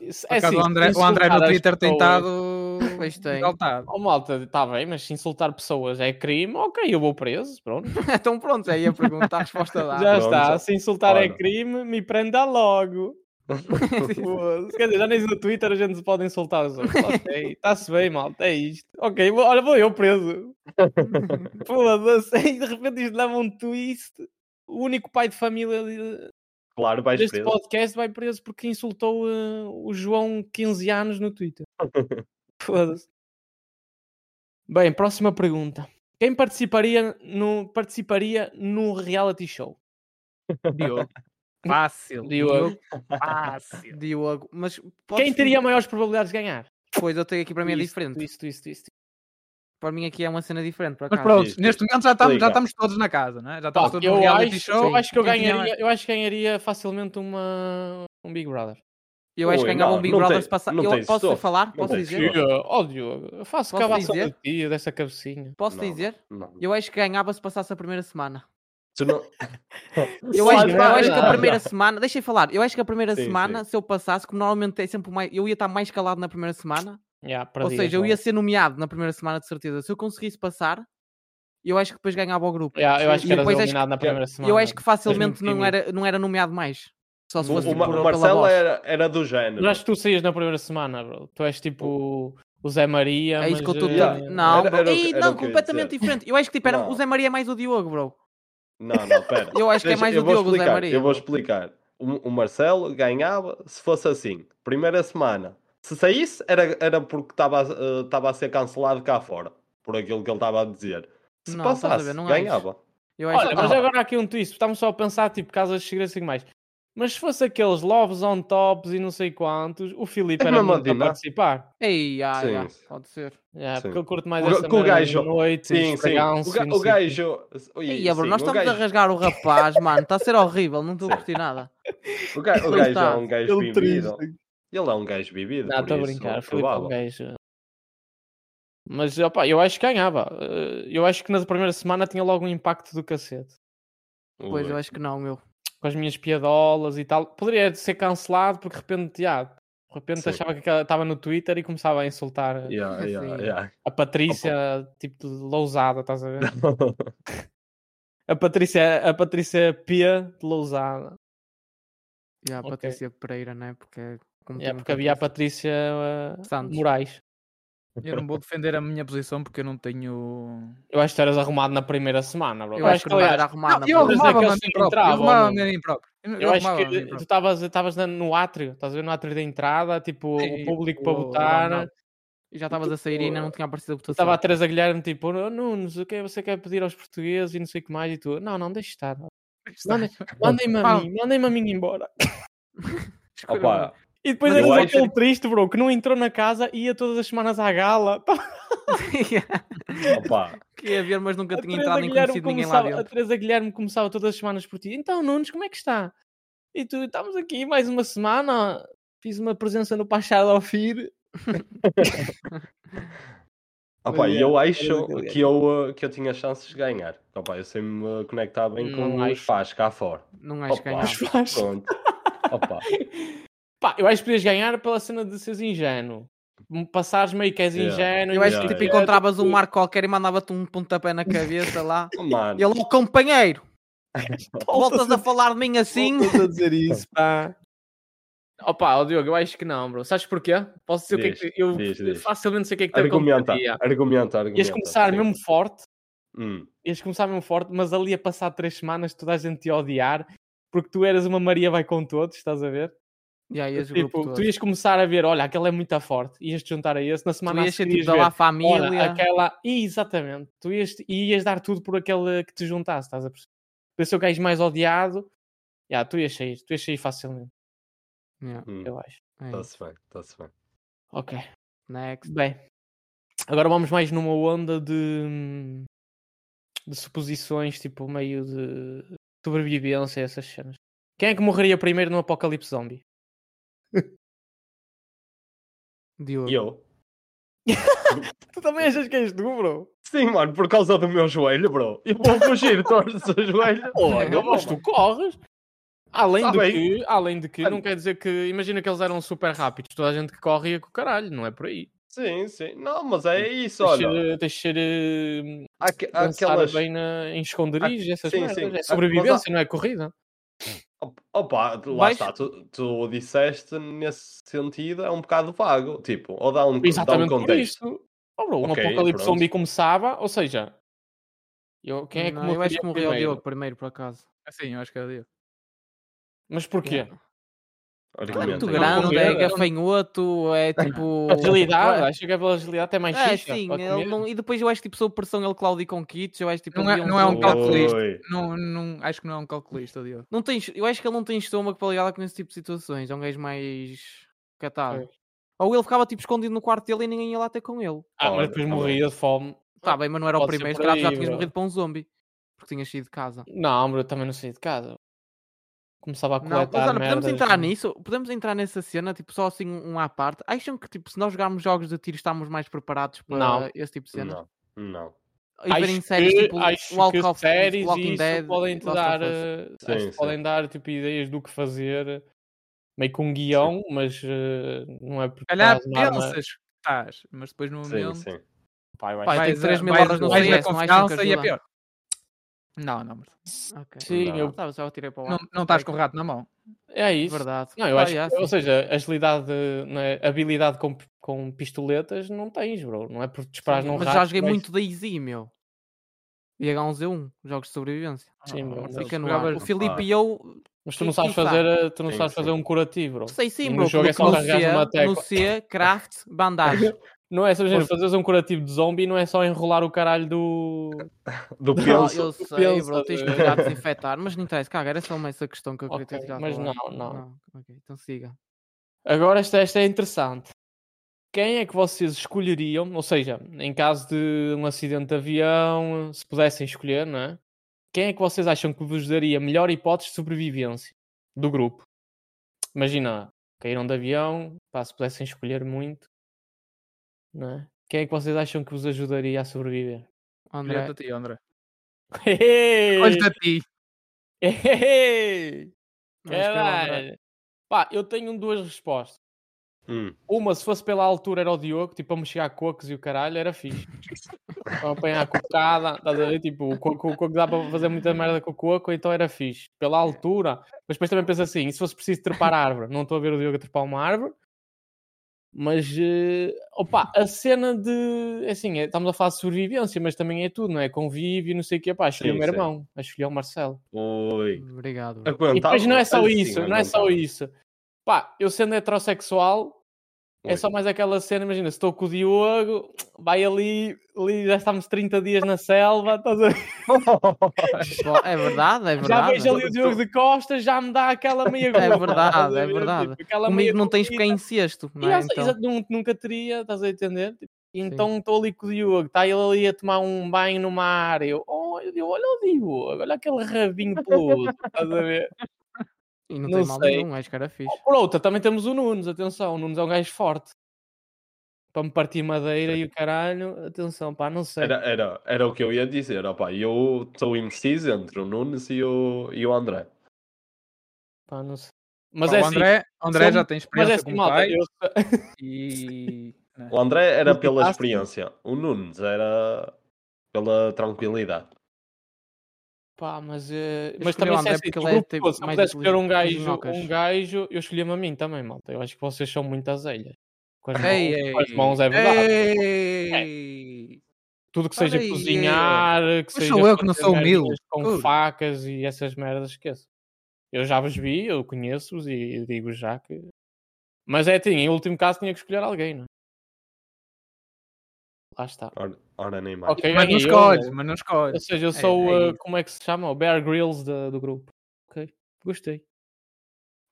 C: Isso-
B: é
E: Por acaso o
C: assim,
E: André, o André no
C: insultar as
E: Twitter tem
C: pessoas-
E: estado.
B: Pois tem.
E: exaltado.
C: Oh, malta, está bem, mas se insultar pessoas é crime, ok, eu vou preso, pronto.
B: então pronto, aí a pergunta, a resposta dá.
C: já
D: pronto,
C: está,
D: já-
C: se insultar é
D: Ora.
C: crime, me prenda logo. Foda-se. Quer dizer, já nem no Twitter a gente se pode insultar os outros. Ok, está-se bem, malta, é isto. Ok, vou- olha, vou eu preso. Foda-se, e de repente isto leva um twist. O único pai de família de-
D: Claro, vais
C: deste
D: preso.
C: podcast vai preso porque insultou eh, o João 15 anos no Twitter. Foda-se. Bem, próxima pergunta. Quem participaria no, participaria no reality show?
E: Diogo. Fácil.
C: Diogo.
E: Fácil.
B: Diogo, mas
C: Quem teria maiores probabilidades de ganhar?
B: Pois eu tenho aqui para mim é diferente.
C: Isto, isto, isto.
B: Para mim aqui é uma cena diferente. Por
E: Mas
B: acaso.
E: pronto,
D: Diz,
E: neste momento já estamos, já
D: Liga.
E: estamos todos na casa, não é? Já estamos todos no
C: eu,
E: reality
C: acho,
E: show.
C: eu acho que eu
E: Quem tinha mais-
C: ganharia, eu acho que ganharia facilmente uma, um Big Brother.
B: Eu
D: Ui,
B: acho que ganhava
D: não,
B: um Big
D: não
B: Brother
D: tens-
B: se passar.
D: não
B: Eu
D: tens
B: posso
D: estofo,
B: falar?
D: não
B: Posso
D: tens
B: dizer?
D: estofo.
C: Oh, Diogo, eu faço
B: Posso
C: cavação
B: dizer?
C: de ti, dessa cabecinha.
B: Posso
D: Não, não.
B: dizer?
D: Não.
B: Eu acho que ganhava se passasse a primeira semana.
D: Tu não-
B: Eu
C: Sim,
B: acho, eu
C: não,
B: acho que é
C: não,
B: a primeira semana, deixem falar, eu acho que a primeira
D: Sim,
B: semana, se eu passasse, como normalmente é sempre o mais. Eu ia estar mais calado na primeira semana,
C: Yeah,
B: ou
C: perdi,
B: seja, eu
C: bom.
B: ia ser nomeado na primeira semana de certeza. Se eu conseguisse passar, eu acho que depois ganhava o grupo.
C: Yeah, eu acho
B: E
C: que eras
B: depois acho
C: eliminado na primeira semana.
B: Eu acho que facilmente
C: muito
B: não era, não era nomeado mais. Só se
D: O,
B: fosse
D: o Ma-
B: por,
D: o
B: pela
D: Marcelo
B: voz.
D: era, era do género.
C: Não acho que tu saías na primeira semana, bro. Tu és tipo o Zé Maria.
B: É isso que eu
C: mas,
B: estou
C: eh,
B: a dizer. Não,
D: Era-
B: bro.
D: era o que-
B: Ei,
D: era
B: não,
D: o que eu ia
B: completamente
D: dizer.
B: diferente. Eu acho que tipo, era, o
D: Não.
B: Zé Maria é mais o Diogo, bro.
D: Não, não, pera.
B: Eu acho que é mais
D: eu
B: o
D: vou
B: Diogo, Zé
D: explicar,
B: Maria,
D: Eu vou
B: bro.
D: explicar. O, o Marcelo ganhava se fosse assim. Primeira semana. Se saísse, era, era porque estava a- eh, estava a ser cancelado cá fora. Por aquilo que ele estava a dizer. Se
B: Não, estás a
D: passasse,
B: ver, não é acho.
D: ganhava.
B: Eu acho
C: Olha,
B: que
C: mas
B: não.
C: agora há aqui um twist. Estamos só a pensar, tipo, casas de segredo assim mais. Mas se fosse aqueles Loves on Tops e não sei quantos, o Filipe
D: É
C: era
D: mesmo a
C: muito a
D: dinar.
C: participar.
B: Ei, ai,
D: Sim.
B: ai, pode ser.
D: Sim.
C: Yeah, É, porque eu curto mais
D: O ga- que
C: essa
D: o
C: merda de
D: gajo-
C: noite,
D: Sim, sim. O,
C: esfreganço
D: ga-
C: e não
D: o
C: sei o quê.
D: gajo. Ui,
B: Ei, bro,
D: sim,
B: nós
D: o
B: estamos a
D: gajo-
B: rasgar o rapaz, mano. Está a ser horrível, não estou a curtir nada.
D: O ga- o
B: Não
D: gajo é
B: está.
D: um gajo
C: Ele
D: vivido.
C: triste.
D: Ele é um gajo vivido.
C: Não,
D: por
C: estou a
D: isso,
C: brincar.
D: é
C: O Filipe é um
D: provável.
C: gajo. Mas, opá, eu acho que ganhava. Eh, Eu acho que na primeira semana tinha logo um impacto do cacete.
B: Pois,
D: Ui.
B: eu acho que não, meu.
C: com as minhas piadolas e tal. Poderia ser cancelado porque de repente, já, de repente
D: Sim.
C: achava que aquela- estava no Twitter e começava a insultar
D: Yeah, yeah,
B: Assim.
D: yeah.
C: a Patrícia, tipo, de lousada, estás a ver? A Patrícia, a Patrícia Pia de lousada.
B: Já,
C: Ok.
B: Patrícia Pereira, né? Porque, como
C: É
B: tem
C: porque
B: muita
C: havia a
B: coisa.
C: Patrícia eh,
B: Santos.
C: Moraes.
E: Eu não vou defender a minha posição porque eu não tenho.
C: Eu acho que tu eras arrumado na primeira semana, bro.
B: Eu acho que Ah, não
C: aliás,
B: era arrumada.
E: Não, eu
C: mas é que
E: arrumava-me
C: eles
E: a mim
C: sempre
E: próprio. Eu
C: entravam,
E: arrumava-me
C: não?
E: a mim próprio. Eu,
C: Eu acho
E: arrumava-me
C: que
E: a mim
C: tu
E: próprio.
C: estavas estavas na- no átrio, estás a ver, no átrio da entrada, tipo,
E: Sim,
C: o público
E: o-
C: para
E: o
C: votar. né?
E: round-up.
B: E já estavas a sair e ainda não tinha aparecido a votação.
C: Estava a Teresa Guilherme tipo, "Oh, Nunes, o que é que você quer pedir aos portugueses e não sei o que mais? E tu, não, não, deixa
B: É
C: né?
B: Ah.
C: estar. Mandem- Mandem-me a
E: Fala.
C: mim, mandem-me a mim embora.
D: Opa,
C: E depois
B: Mas
C: era
D: eu
C: só
D: acho-
C: aquele triste, bro, que não entrou na casa e ia todas as semanas à gala. Pá,
D: Opa,
B: que ia ver, mas nunca tinha
C: Teresa
B: entrado nem
C: Guilherme
B: conhecido ninguém lá
C: começava- A
B: dentro.
C: Teresa Guilherme começava todas as semanas por ti. Então, Nunes, como é que está? E tu, estamos aqui mais uma semana. Fiz uma presença no Pachado ao Fir.
D: opa
C: Olha,
D: Ah, e eu acho
C: olha,
D: que eu, eh, que eu tinha chances de ganhar. Opa, eu sempre me conectava bem
C: Não
D: com os
C: Hum, acho.
D: faz cá fora.
B: Não acho
D: Opa.
B: que ganhava.
C: Mas faz.
D: Pronto. Ah, Opa,
C: Pá, eu acho que podias ganhar pela cena de seres ingênuo. Passares meio que és
D: Yeah.
C: ingênuo.
B: Eu acho
D: Yeah,
B: que tipo,
D: yeah.
B: encontravas
C: É,
B: um marco qualquer e mandava-te um pontapé na cabeça lá.
D: oh, mano.
B: E ele, "Ó, companheiro,
C: Voltas
B: voltas a falar de mim assim?
C: Voltas a dizer isso, pá. Opa, ó Diogo, eu acho que não, bro. Sabes porquê? Posso dizer o que é
D: Diz,
C: que eu
D: diz, diz.
C: facilmente sei o que é que te
D: Argumenta,
C: aconteceria.
D: argumenta, argumenta.
C: Ias começar
D: Sim.
C: mesmo forte,
D: Hum,
C: ias começar mesmo forte, mas ali a passar três semanas toda a gente te odiar, porque tu eras uma Maria vai com todos, estás a ver?
B: Já ias o grupo
C: Tipo,
B: todo.
C: tu ias começar a ver, olha, aquele é muito forte, ias te juntar a esse, na
B: Tu
C: semana a
B: ias ser
C: seguir
B: tipo
C: ias
B: da
C: ver,
B: lá
C: assim, Olha,
B: família.
C: aquela. Ih, Exatamente. Tu ias, e ias dar tudo por aquele que te juntasse, estás a perceber? Por isso o gajo mais odiado. Já, tu ias sair, tu ias sair facilmente,
B: Yeah,
D: hum,
C: eu acho.
B: é isso.
D: Está-se bem, está-se bem.
C: Ok.
B: Next.
C: Bem. Agora vamos mais numa onda de. de suposições, tipo, meio de sobrevivência, essas cenas. Quem é que morreria primeiro no apocalipse zombie?
D: E
B: Diogo.
D: eu?
C: Tu também achas que és tu, bro?
D: Sim, mano, por causa do meu joelho, bro. Eu vou fugir, torço o joelho.
C: Olha, mas tu corres. Além
D: Tá
C: de,
D: bem.
C: que, além de que,
D: Olha.
C: não quer dizer que. Imagina que eles eram super rápidos. Toda a gente que corre ia com o caralho, não é por aí.
D: Sim, sim. Não, mas é isso,
C: Deixa,
D: olha.
C: deixa eh,
D: Há que- há
C: pensar
D: aquelas.
C: bem na, em esconderijos, essas
D: sim,
C: merdas.
D: sim. Há-
C: É
D: mas há-
C: sobrevivência, não é corrida.
D: Ah, Opa, lá
B: Vais-
D: está, tu, tu disseste nesse sentido, é um bocado vago. Tipo, ou dá um, dá um
C: Exatamente por
D: contexto.
C: isto. Oh, bro, um
D: Ok, pronto.
C: apocalipse zombie começava, ou seja, eu, quem é que
B: Não, eu acho que morreu o
C: primeiro?
B: Diogo primeiro, por acaso.
E: Assim, eu acho que é o Diogo.
C: Mas porquê?
B: É muito
D: Argumenta.
C: Não,
B: grande, é
C: correr, é.
B: gafanhoto, é tipo.
C: Agilidade, acho que pela agilidade até mais
B: É,
C: xixa,
B: sim,
C: para
B: ele
C: comer.
B: não- e depois eu acho que tipo, sob pressão ele Claudio com kits, eu acho tipo ele
E: Não é-
B: devia
E: não é um
B: estômago.
E: calculista.
D: Oi.
E: Não, não, acho que não é um calculista, o Diogo.
B: Não tens, eu acho que ele não tem estômago para lidar com esse tipo de situações, é um gajo mais catado. Ou ele ficava tipo escondido no quarto dele e ninguém ia lá ter com ele.
C: Ah,
D: Ora,
C: mas depois
D: tá
C: morria de fome.
B: Tá bem, mas não era o
C: Ah, Pode ser
B: primeiro, se
C: por
B: calhar tu já
C: aí,
B: tinhas
C: bro.
B: morrido para um zombie, porque tinhas saído de casa.
C: Não, bro, eu também não saí de casa. Começava a
B: Não,
C: coletar
B: mas olha, podemos
C: merdas, né?
B: entrar
C: mano.
B: nisso, podemos entrar nessa cena, tipo, só assim um à parte. Acham que tipo, se nós jogarmos jogos de tiro estamos mais preparados para
C: Não.
B: esse tipo de cena?
D: Não, não.
B: E verem
C: Acho
B: séries
C: que-
B: tipo
C: acho
B: Walk
C: que
B: of tipo
C: séries e
B: Walking
C: isso
B: Dead,
C: podem te
B: Last of
C: dar,
B: Us.
C: eh, acho
D: Sim,
C: que
D: sim.
C: podem dar tipo ideias do que fazer, meio que um guião, mas eh, não é porque
E: Calhar
C: estás na arma-
E: pensas que estás, mas depois no
D: Sim,
E: momento.
D: sim.
C: Pá, eu acho
B: Pá, eu
E: vais
B: tenho
E: a-
C: eh,
B: 3 mil
E: vais-
B: horas no
E: vais na
B: CS, não acham que
E: confiança e é
B: ajuda?
E: pior. Não, não, mas
B: Ok.
C: Sim,
D: Não.
C: eu-
B: Ah, tá, já o tirei para o
E: não,
B: ar.
E: não estás com o rato na mão.
C: é isso.
B: Verdade.
C: Não, eu
B: Ah,
C: acho
B: já,
C: que, ou
B: sim.
C: seja, agilidade, né, habilidade com, pi- com pistoletas não tens, bro. Não é por te disparar
B: Sim,
C: num
B: Mas
C: rato
B: já joguei
C: que vais-
B: muito Daisy, meu. E H1Z1, jogos de sobrevivência.
C: Sim, bro, Ah, mas,
B: Fica no ar.
E: jogavas-
B: O Filipe
D: Pá.
B: e eu.
C: mas tu
B: e-
C: não sabes
B: e sabe?
C: fazer, eh, tu não
D: Sim,
C: sabes
D: sim.
C: fazer um curativo, bro.
B: Sei sim,
C: No
B: bro.
C: jogo é só
B: porque no,
C: carregares uma
B: C, no
C: tecla.
B: C, craft, bandagem.
C: Não é só gente,
B: Pois-
C: fazeres um curativo de zombie não é só enrolar o caralho do.
D: Do
B: Não,
D: penso.
B: eu sei, bro.
C: pensa,
B: Tens que
C: né?
B: cuidar de desinfetar. Mas não interessa. Caga, era só uma essa questão que eu queria
C: Ok,
B: ter tirado.
C: mas
B: do ar.
C: não, não.
B: Ok, então siga.
C: Agora esta, esta é interessante. Quem é que vocês escolheriam? Ou seja, em caso de um acidente de avião, se pudessem escolher, não é? Quem é que vocês acham que vos daria a melhor hipótese de sobrevivência do grupo? Imagina, caíram de avião, pá, se pudessem escolher muito, não é? Quem é que vocês acham que vos ajudaria a sobreviver?
E: Olha-te a
B: André,
E: ti, André.
C: Ei!
E: Olha-te a ti.
C: Ei!
B: não escreva André.
C: Caralho! Pá, eu tenho duas respostas.
D: Hum.
C: Uma, se fosse pela altura, era o Diogo, tipo, a mexer a cocos e o caralho, era fixe. a apanhar a cocada, estás a ver? Tipo, o coco, o coco dá para fazer muita merda com o coco, então era fixe. Pela altura, mas depois também penso assim, e se fosse preciso trepar a árvore? Não estou a ver o Diogo a trepar uma árvore. Mas, eh, opa, a cena de, é assim, é- estamos a falar de sobrevivência, mas também é tudo, não é? Convívio, não sei o quê, pá, escolhi o
D: Sim,
C: meu
D: sim.
C: irmão, escolhi o Marcelo.
D: Oi.
B: Obrigado. bro.
D: Aguentava.
C: E depois não é só
D: assim,
C: isso, não é só
D: aguentava.
C: isso. Pá, eu sendo heterossexual, É só mais aquela cena, imagina, se estou com o Diogo, vai ali, ali já estamos 30 dias na
B: É
C: selva, estás a ver?
B: Bom, É verdade, é
C: já
B: verdade.
C: vejo ali o Diogo de costas, já me dá aquela meia
B: É
C: goma,
B: verdade,
C: estás a
B: é
C: ver?
B: verdade.
C: Tipo, aquela meia
B: Comigo não tens
C: gomita.
B: porque é incesto. Não
C: E
B: é?
C: essa-
B: Então,
C: exa- nun- nunca teria, estás a entender? Tipo, e Então estou ali com o Diogo, está ele ali a tomar um banho no mar. e Eu, oh, eu digo, olha o Diogo, olha aquele rabinho peludo, estás a ver?
B: e não,
C: não
B: tem mal
C: sei.
B: nenhum, acho que era fixe.
C: Por outra, também temos o Nunes, atenção, o Nunes é um gajo forte. Para me partir madeira e o caralho, atenção, pá, não sei.
D: Era, era, era o que eu ia dizer, opá. Eu sou indeciso entre o Nunes e o, e o André.
C: Pá, não sei. Mas
E: Pá,
C: é
E: o
C: assim,
E: André, o André
C: sou-
E: já tem
C: mas é
E: experiência
C: assim,
E: como
C: malta,
E: pai
C: eu,
E: e... né?
D: O André era pela
E: Multitasking.
D: experiência, o Nunes era pela tranquilidade.
C: Pá, mas, eh,
B: Eu
C: mas
B: escolhi
C: também
B: o
C: se é
B: André
C: assim,
B: porque
C: do
B: ele é,
C: grupo
B: tipo,
C: todo, se eu
B: mais
C: pudesse escolher um
B: inteligente e
C: gajo, um
B: minhocas.
C: gajo, eu escolhia-me a mim também, malta. Eu acho que vocês são muito azelhas. Com as mãos,
E: Ei,
C: com as
E: ei,
C: mãos é verdade. É.
E: Ei!
C: Tudo que seja
E: Olha aí,
C: cozinhar, que
E: Mas
C: seja
E: sou eu que não
C: fazer
E: sou
C: merdas
E: humilde,
C: com
E: tudo.
C: facas e essas merdas, esqueço. Eu já vos vi, eu conheço-vos e digo já que. Mas é assim, em último caso tinha que escolher alguém, não é? Lá está.
D: Ora, ora nem mais.
C: Ok,
E: Mas não
C: ganhei eu, é.
E: escolhes, mas não escolhes.
C: Ou seja, eu sou,
E: é
C: uh,
E: isso.
C: como é que se chama? O Bear Grylls da- do grupo. Ok, gostei.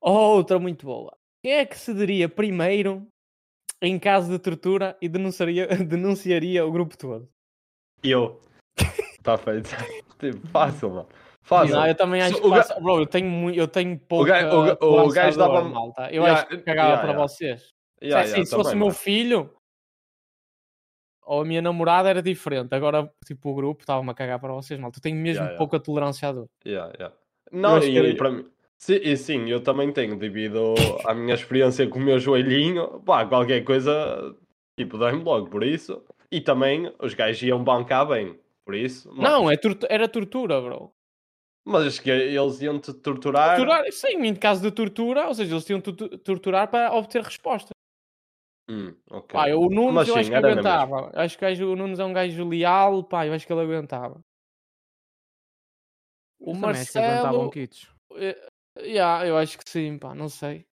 C: Oh, Outra muito boa. Quem é que cederia primeiro em caso de tortura e denunciaria, denunciaria o grupo todo?
D: Eu. Está feito. Tipo, fácil, mano. Fácil.
C: Não, eu também acho
D: o
C: que
D: ga-
C: passa- Bro, eu tenho, mui- eu tenho pouco.
D: ga- o ga- o gajo dava-
C: Malta. tá? Eu
D: Yeah,
C: acho que cagava
D: yeah,
C: para
D: yeah.
C: vocês. Se
D: Yeah,
C: é
D: yeah,
C: assim, se fosse o
D: também,
C: meu
D: mano.
C: filho ou a minha namorada era diferente. Agora, tipo, o grupo estava-me a cagar para vocês, malta. Eu tenho mesmo
D: Yeah, yeah.
C: pouca tolerância à dor.
D: Yeah, yeah. Não,
C: acho
D: e,
C: que era-
D: e para mim. Sim, e sim, eu também tenho, devido à minha experiência com o meu joelhinho, pá, qualquer coisa, tipo, dói-me logo, por isso. E também os gajos iam bancar bem, por isso. mano.
C: Não, é tortu- era tortura, bro.
D: Mas acho que eles iam te torturar.
C: Torturar, sim, em caso de tortura, ou seja, eles tinham de tu- torturar para obter resposta.
D: Hum, ok.
C: Pá, eu, o Nunes
D: Mas
C: eu
D: sim,
C: acho que
D: era na
C: aguentava. Acho que o gajo- o Nunes é um gajo leal, pá, eu acho que ele aguentava. O
B: Mas também acho que um aguentavam
C: Marcelo,
B: kits.
C: eh, yeah, eu acho que sim, pá, não sei.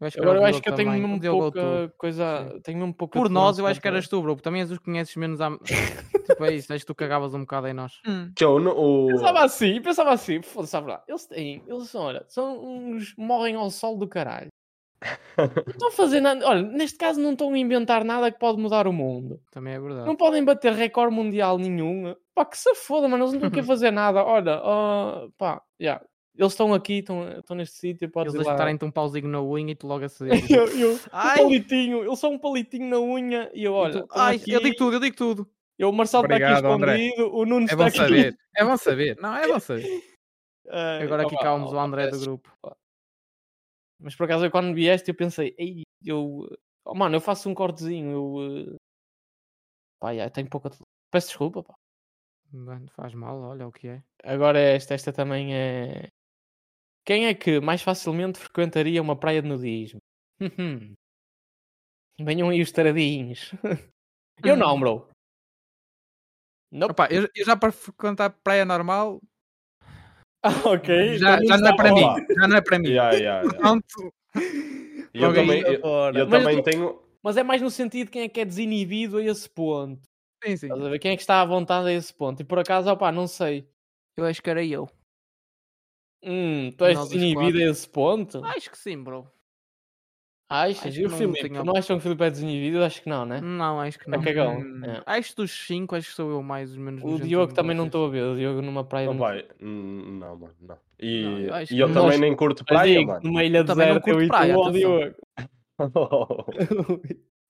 B: Eu acho que, era
C: Agora
B: o
C: eu acho
B: Diogo
C: que eu tenho um
B: também, o
C: mesmo
B: Diogo ou tu.
C: pouca coisa, tenho mesmo pouca
B: Por nós, eu
C: tolerância
B: acho que
C: para-
B: eras tu, bro. porque Também és os que conheces menos a. tipo, é isso, acho que tu cagavas um bocado em nós.
D: Que eu não- o...
C: Pensava assim, pensava assim, foda-se, à verdade. Eles têm, eles são, olha, são uns. morrem ao sol do caralho. Não estão a fazer nada, olha, neste caso não estão a inventar nada que pode mudar o mundo.
B: Também é verdade.
C: Não podem bater recorde mundial nenhum. Pá, que se foda, mas eles não estão aqui a fazer nada. Olha, ah, pá, já. Eles estão aqui, estão, estão neste sítio, podes
B: Eles
C: ir lá.
B: deixarem-te um pauzinho na unha e tu logo a ceder.
C: Eu, eu, um
B: Ai!
C: palitinho, eles são um palitinho na unha e Então, eu,
B: E
C: olha,
B: tu,
C: estão
B: ai, eu
C: aqui,
B: digo tudo, eu digo tudo.
C: eu, o Marcelo está aqui
E: Obrigado,
C: escondido,
E: André.
C: o Nuno
E: É
C: está
E: bom
C: aqui.
E: saber, é bom saber. Não, é bom saber.
C: Ah,
B: Agora aqui
C: opa,
B: calmos o
C: opa,
B: André do
C: peço
B: grupo.
C: Mas por acaso eu quando vieste eu pensei, ei, eu. oh, mano, eu faço um cortezinho, eu. eh, Pá, yeah, tenho pouca. tole- Peço desculpa, pá.
B: Bem, não faz mal, olha o que é.
C: Agora esta, esta também é. Quem é que mais facilmente frequentaria uma praia de nudismo? Uhum. Venham aí os taradinhos. eu não, bro. Nope.
E: Opa, eu, eu já para frequentar praia normal,
C: Ah, ok.
E: já,
C: então
E: já não é
C: está
E: para
C: bom.
E: mim.
D: lá.
E: Já não é para mim. Então,
D: Yeah, yeah, yeah.
E: Pronto,
D: E Eu
E: logo aí
D: também, eu,
E: fora.
D: eu
C: Mas eu
D: também
C: tô-
D: tenho.
C: Mas é mais no sentido de quem é que é desinibido a esse ponto.
E: Sim, sim.
C: Estás a ver? Quem é que está à vontade a esse ponto? E por acaso, opá, não sei.
B: Eu acho que era eu.
C: Hum, tu és
B: Nós os
C: desinibido a esse ponto?
B: Acho que sim, bro.
C: Achas?
B: acho
C: e o
B: que não
C: Filipe?
B: tenho Hum, a-
C: Não acham que o Filipe é desinibido? Acho que não, né?
B: Não, acho que
C: É
B: não.
C: cagão.
E: Hum.
C: é.
B: Acho que dos 5, acho que sou eu mais os menos.
C: O
B: nojento
C: Diogo
B: de
C: também não
B: vocês.
C: estou a ver. O Diogo numa praia.
D: Não,
C: não-
D: vai. Hum, não, mano, não. E
B: Não, eu
D: e eu,
B: acho que não.
D: também
C: Nós-
D: nem curto
C: Mas
D: praia,
C: digo,
D: mano.
C: numa ilha
B: também não
C: deserta, eu
B: curto
C: e tu,
B: praia,
C: ó,
B: atenção.
C: Diogo.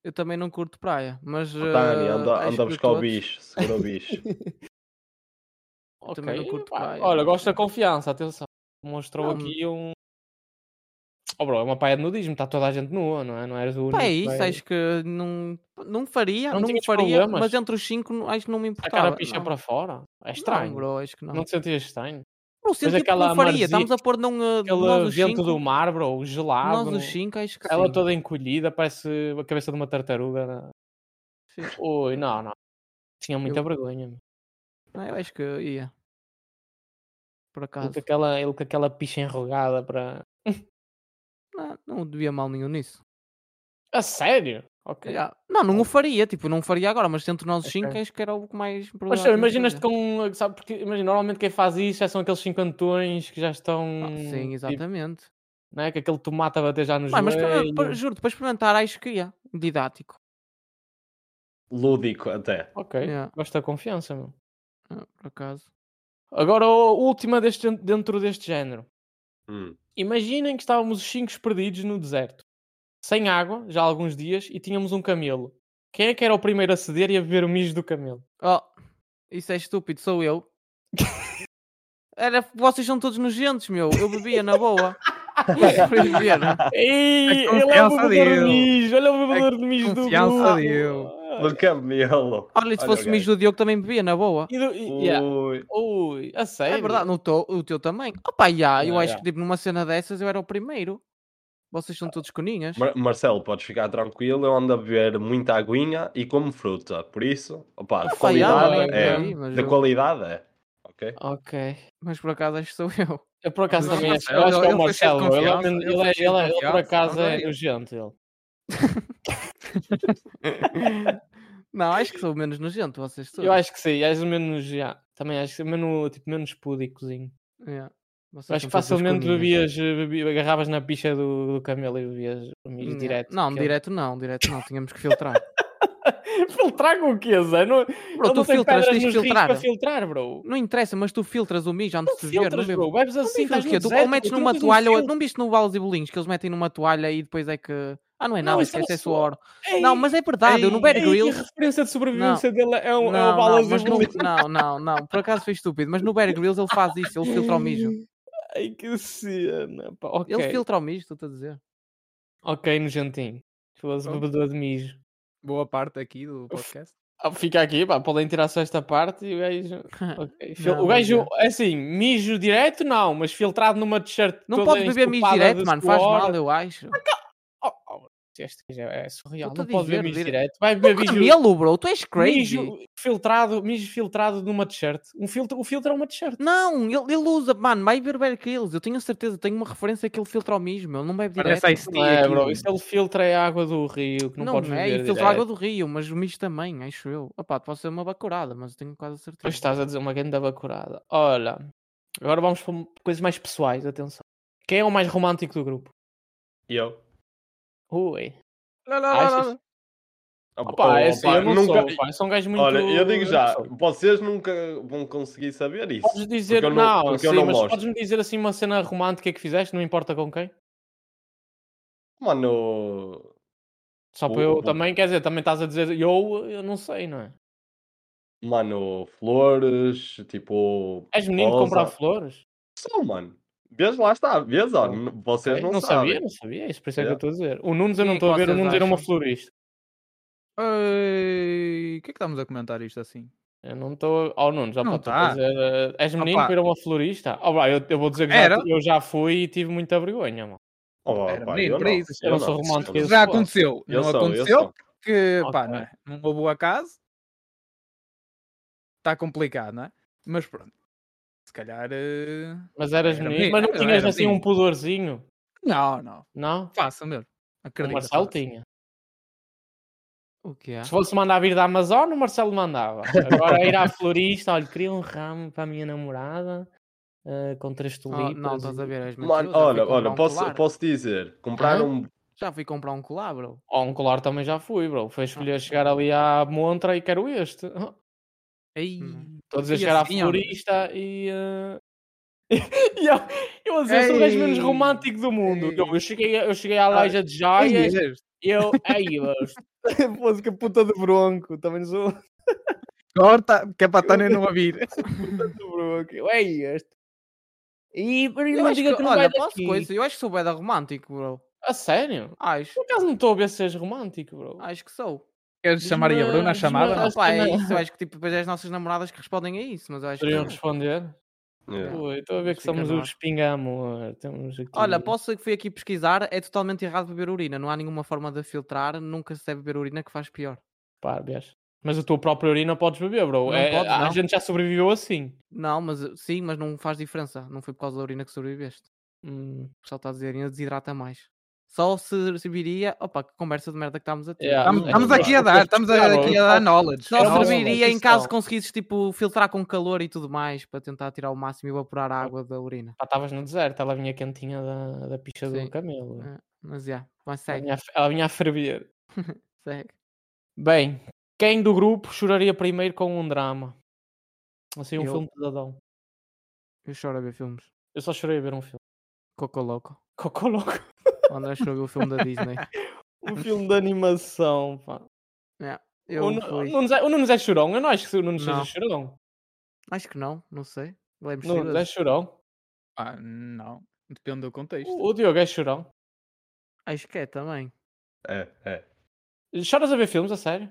B: Eu também não curto praia, mas.
D: Tani,
B: eh,
D: anda,
B: acho
D: anda
B: que
D: buscar o
B: todos-
D: bicho, segura o bicho.
C: Ok,
B: também não curto
C: pá,
B: praia.
C: Olha, gosto da confiança, atenção. Mostrou
B: Não,
C: aqui um. Oh, bro, é uma praia de nudismo, está toda a gente nua, não é? Não eras o único.
B: Pá, é
C: que
B: isso,
C: vai
B: acho que não, não faria,
C: Não
B: não,
C: tinhas
B: faria,
C: problemas?
B: mas entre os 5 acho que não me importava.
C: Sacar a picha
B: não.
C: para fora. É estranho.
B: Não, bro, acho que não.
C: não te sentias estranho?
B: Não, senti que
C: aquela
B: não faria, estamos
C: marzia-
B: a pôr num. eh, nós
C: Aquele
B: os
C: vento
B: cinco,
C: do mar, bro, o gelado.
B: Nós
C: não-
B: os 5, acho que
C: Ela
B: sim.
C: toda encolhida, parece a cabeça de uma tartaruga. né?
B: Sim.
C: Ui, não, não. Tinha muita
B: Eu-
C: vergonha. meu.
B: Não, eu acho que ia. Por
C: Ele
B: acaso.
C: com, aquela, ele com aquela picha enrugada para.
B: Não, não devia mal nenhum nisso.
C: A sério? Ok.
B: Yeah. Não, não o faria, tipo, não o faria agora, mas entre nós os 5 acho que era algo que mais
C: Mas
B: provável
C: sabe,
B: de
C: imaginas-te
B: fazer.
C: com. Sabe, porque, imagina, normalmente quem faz isso já são aqueles cinquentões que já estão.
B: Ah, Sim,
C: tipo,
B: exatamente.
C: não é? Que aquele tomate a bater já nos
B: Mano, mas para-
C: joelho.
B: para- juro, para experimentar acho que ia. Didático.
D: Lúdico até.
C: Ok,
B: Yeah.
C: gosto da confiança, meu.
B: Ah, por acaso.
C: Agora, a última é deste, dentro deste género.
D: Hum.
C: Imaginem que estávamos os cinco perdidos no deserto, sem água, já há alguns dias, e tínhamos um camelo. Quem é que era o primeiro a ceder e a beber o mijo do camelo?
B: Oh, isso é estúpido, sou eu. Era, vocês são todos nojentos, meu. Eu bebia na boa. Ia proibir.
C: Ei,
E: A
C: ele é o
E: confiança
C: bebedor de
E: dele.
C: mijo, olha o bebedor
B: É
C: de mijo do
E: confiança
C: grupo.
E: dele.
D: Do camelo.
B: Olha, se
D: Olha
B: fosse
D: o
B: mijo do Diogo também bebia na boa.
C: E do- e- yeah.
D: Ui.
C: Ui, a sério?
B: É verdade, no teu, o teu também. Opa, já, eu
C: Ah,
B: acho
C: já.
B: que tipo, numa cena dessas eu era o primeiro. Vocês são todos coninhas.
D: Mar- Marcelo, podes ficar tranquilo. Eu ando a beber muita aguinha e como fruta. Por isso,
C: Ah,
D: opa, de
B: Opa, já,
D: qualidade
B: olha,
D: é.
B: aí, mas,
D: De
B: eu-
D: qualidade é. Ok?
C: Ok.
B: mas por acaso acho que sou eu.
C: Eu por acaso
E: Mas
C: também
E: o
C: acho, eu acho que é o
E: Marcelo, ele foi
C: Marcelo. Ele,
E: cheio de
C: é-
E: confiança, ele
C: ele,
E: foi
C: é-
E: cheio
C: ele
E: de
C: é- ele por
E: confiança,
C: acaso
E: não
C: é
E: é?
C: nojento, ele.
B: Não, acho que sou menos nojento, vocês todos.
C: Eu acho que sim, és o menos, já, também acho que sim, menos, tipo, menos pudicozinho.
B: Yeah. Vocês
C: Eu
B: são
C: acho que
B: todos uns
C: facilmente
B: coninhas.
C: bebias, bebi- agarravas na picha do, do camelo e bebias o mijo
B: Yeah.
C: direto.
B: é. Hum, Não,
C: que ele-
B: direto não, direto não, tínhamos que filtrar.
C: filtrar com o quê, Zé? Não,
B: Bro,
C: ele
B: tu
C: não tem
B: filtras,
C: pedras
B: tens
C: nos
B: de
C: rins para
B: filtrar.
C: filtrar, bro.
B: Não interessa, mas tu filtras o mijo antes de ver, não
C: Filtras,
B: bebo.
C: bro. Bebes
B: Não
C: assim,
B: filtras
C: estás no
B: o quê? Tu
C: deserto,
B: é ou metes
C: tu não
B: numa
C: tens um
B: toalha, ou
C: filtro.
B: não viste no Balas e Bolinhos que eles metem numa toalha e depois é que. Ah, não é
C: Não,
B: nada,
C: isso era
B: esquece, é
C: suor.
B: suor. Não,
C: Ei,
B: mas é verdade, eu no Bear
C: ei,
B: Grylls.
C: A referência de sobrevivência dele é um,
B: Não,
C: é um
B: não,
C: balas
B: mas
C: de
B: no,
C: bolinho.
B: não, não, não, por acaso foi estúpido, mas no Bear Grylls ele faz isso, ele filtra o mijo.
C: Ai, que cena, pá. Ok,
B: Ele filtra o mijo, estou-te a dizer.
C: ok, nojentinho. Foda-se,
E: Pronto.
C: bebedor de mijo.
E: Boa parte aqui do podcast.
C: Ah, Fica aqui, pá, podem tirar só esta parte e o gajo. ok. Fil-
B: Não,
C: o gajo,
B: não
C: é assim, mijo direto não, mas filtrado numa t-shirt.
B: Não
C: toda
B: pode beber mijo
C: ensopada
B: direto,
C: de
B: mano, faz
C: suor.
B: mal, eu acho.
C: Oh, oh, este gajo é é surreal,
B: Eu tô
C: não
B: a
C: pode
B: dizer,
C: beber mijo
B: dire-
C: direto. Vai beber
B: Um
C: mijo.
B: Camelo, bro, tu és crazy.
C: Mijo filtrado, mijo filtrado numa t-shirt. Um filtro, o filtro é uma t-shirt.
B: Não, ele, ele usa, mano, vai ver o Bear Grylls, eu tenho certeza, tenho uma referência que ele filtra o mijo, meu, ele não bebe direto.
E: Parece Ice
C: Não
E: Tea
C: é,
E: aqui.
C: bro. Isso ele filtra é a água do rio, que não,
B: Não,
C: podes
B: é,
C: beber
B: e filtra
C: direto.
B: a água do rio, mas o mijo também, acho eu. Opá, pode ser uma bacurada, mas eu tenho quase certeza.
C: Pois tá. estás a dizer uma grande bacurada. Olha, agora vamos para coisas mais pessoais, atenção. Quem é o mais romântico do grupo?
D: E eu?
C: Ui.
E: Lá,
B: Ah,
C: Achas? Opa, é assim, eu não
D: nunca-
C: sou, pá, sou um gajo muito...
D: Olha, eu digo já,
C: sou.
D: vocês nunca vão conseguir saber isso.
C: Podes dizer,
D: eu
C: não,
D: não- porque eu
C: sim,
D: não
C: mas
D: mostro.
C: podes-me dizer assim uma cena romântica que fizeste, não importa com quem?
D: Mano,
C: Só para
D: Boa,
C: eu
D: boa.
C: também, quer dizer, também estás a dizer, eu, eu não sei, não é?
D: mano, flores, tipo.
C: És menino de
D: rosa.
C: comprar flores?
D: São, mano. Vês lá está, vês, ó, n- vocês
C: Ok,
D: não,
C: sabia,
D: sabem.
C: não sabia, isso por isso é
D: Yeah.
C: que eu estou a dizer. O Nunes eu
B: Quem
C: não
B: é que
C: estou a ver, o
B: vocês
C: Nunes era uma
B: acham?
C: florista.
E: Ei, O que é que estamos a comentar isto assim?
C: Eu não estou. oh, Ao Nunes, ó,
E: Não
C: pá, tu estás
E: tá.
C: a dizer, eh, És menino
E: Opa.
C: para ir a uma florista? Ó, pá, eu, eu vou dizer que já
E: Era.
C: ti- eu já fui e tive muita vergonha, mano.
D: Oh,
E: Era
D: pá,
E: menino,
D: eu
E: para
D: não,
E: isso.
D: eu
C: Eu
D: não.
C: sou romântico, eu
D: Eu
C: sou-
E: Já
C: sou.
E: aconteceu.
D: eu
E: não
D: sou, eu
E: aconteceu
D: sou.
E: porque, pá,
C: Ok.
E: não, é? não houve o acaso. Está complicado, não é? Mas pronto. Se calhar. eh,
C: Mas eras
E: Era
C: menino,
E: menino,
C: mas não
E: era-
C: tinhas
E: era
C: assim um
E: menino.
C: pudorzinho,
E: Não, não.
C: não?
E: Faça mesmo.
C: O
E: Acredito.
C: Marcelo tinha.
B: O que é?
C: Se fosse mandar vir da Amazon, o Marcelo mandava. Agora ir à florista, olha, queria um ramo para a minha namorada eh, com três
B: Oh,
C: tulipas.
B: não, estás a
C: e-
B: ver, és
D: Mano,
B: mentiroso, já fui
D: olha,
B: comprar
D: olha,
B: um
D: posso,
B: colar.
D: posso dizer, comprar
C: Hã?
D: um.
B: Já fui comprar um colar, bro.
C: Ó, um colar também já fui, bro. Foi
E: Ah.
C: escolher chegar ali à montra e quero este.
E: Ei.
C: Estou a dizer
E: E
C: chegar
E: assim,
C: à
E: ó.
C: florista e. eh, e eu, eu a dizer, sou o gajo menos
E: Ei.
C: romântico do mundo.
E: Ei.
C: Eu, eu cheguei, eu cheguei à loja de
E: Ei,
C: joias
E: este.
C: e eu. Ai, eu- música puta de bronco, também sou puta
E: Corta, que é para a Tânia não ouvir.
C: de bronco. Eu, Ei, este. E por
B: Eu
C: não
B: acho que,
C: diga que não vai
B: olha, posso
C: daqui.
B: coisa, eu acho que sou beda romântico, bro.
C: A sério?
B: Acho,
C: Por acaso não estou a ver se és romântico, bro.
B: acho que sou.
E: Queres chamar aí a Bruna à
C: Diz-me-
E: chamada?
C: diz-me-
E: Não?
C: acho
B: Opa,
C: que
B: é
C: não.
B: isso, eu acho que tipo, depois é as nossas namoradas que respondem a isso, mas eu acho
C: Poderiam
B: que.
C: responder?
D: Yeah.
C: Ui, Estou a ver
B: mas
C: que
B: fica
C: somos
B: no
C: os pinga amor. Temos aqui...
B: Olha, posso que fui aqui pesquisar, é totalmente errado beber urina, não há nenhuma forma de filtrar, nunca se deve beber urina que faz pior.
C: Pá, vês? Mas a tua própria urina podes beber, bro.
B: Não
C: É,
B: podes,
C: a
B: não.
C: gente já sobreviveu assim.
B: Não, mas eh, sim, mas não faz diferença, não foi por causa da urina que sobreviveste.
C: Hum,
B: O pessoal está a dizer, ainda desidrata mais. Só se serviria. Opa, que conversa de merda que estamos a ter.
C: Yeah. É,
E: Estamos, estamos
C: é,
E: aqui a
C: é,
E: dar, estamos a-
C: é,
E: aqui
C: é,
E: a
C: é,
E: dar knowledge.
B: Só
E: É
C: não,
E: knowledge.
B: serviria em
C: isso
B: caso
C: não.
B: conseguisses tipo, filtrar com calor e tudo mais para tentar tirar o máximo e evaporar a água da urina.
C: Pá, estavas no deserto, ela vinha quentinha da, da picha
B: Sim.
C: do camelo.
B: É, Mas já, mas
C: Ela
B: segue,
C: vinha, a f- ela vinha a ferver.
B: segue.
C: Bem, quem do grupo choraria primeiro com um drama? Assim, um
B: Eu.
C: filme pesadão.
B: Eu choro a ver filmes.
C: Eu só chorei a ver um filme.
B: Coco Loco.
C: Cocô louco.
B: O André chorou a ver o filme da Disney.
C: Um filme de animação, pá.
B: Eu
C: o, Nu-
B: fui.
C: Nunes é, o Nunes é chorão. Eu não acho que o Nunes
B: Não.
C: seja chorão.
B: Acho que não, não sei. Lembro-me
C: Nunes é chorão.
E: Ah, não. Depende do contexto.
C: O, o Diogo é chorão.
B: Acho que é também.
D: É, é.
C: Choras a ver filmes, a sério?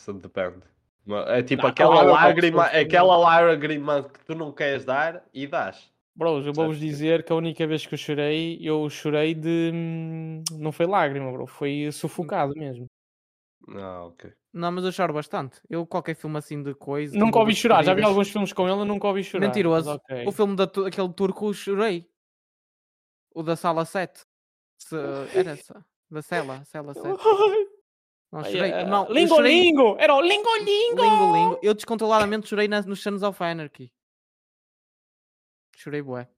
D: Isso depende. Mas É tipo
C: Não,
D: aquela
C: não, não,
D: lágrima,
C: não, não.
D: aquela lágrima que tu não queres dar e dás.
C: Bros, eu vou-vos
D: Certo, certo.
C: dizer que a única vez que eu chorei, eu chorei de. hum, Não foi lágrima, bro.
B: Hum.
C: Foi sufocado mesmo.
D: Ah, ok.
B: Não, mas eu choro bastante. Eu, qualquer filme assim de coisa.
C: Nunca ouvi
B: músicas
C: chorar. Já vi
B: queridas-
C: alguns filmes com ele, nunca ouvi chorar. mas
B: Mentiroso.
C: ok.
B: O filme daquele turco, eu chorei. O da Sala 7. Se- Era essa. Da Cela, Cela 7. é Não,
C: Ai,
B: chorei.
C: é-
B: Não, eu
C: Lingo
B: chorei-
C: Lingo! Era o Lingo Lingo!
B: Lingo, lingo. Eu descontroladamente chorei na, nos Sons of Anarchy. Chorei bué.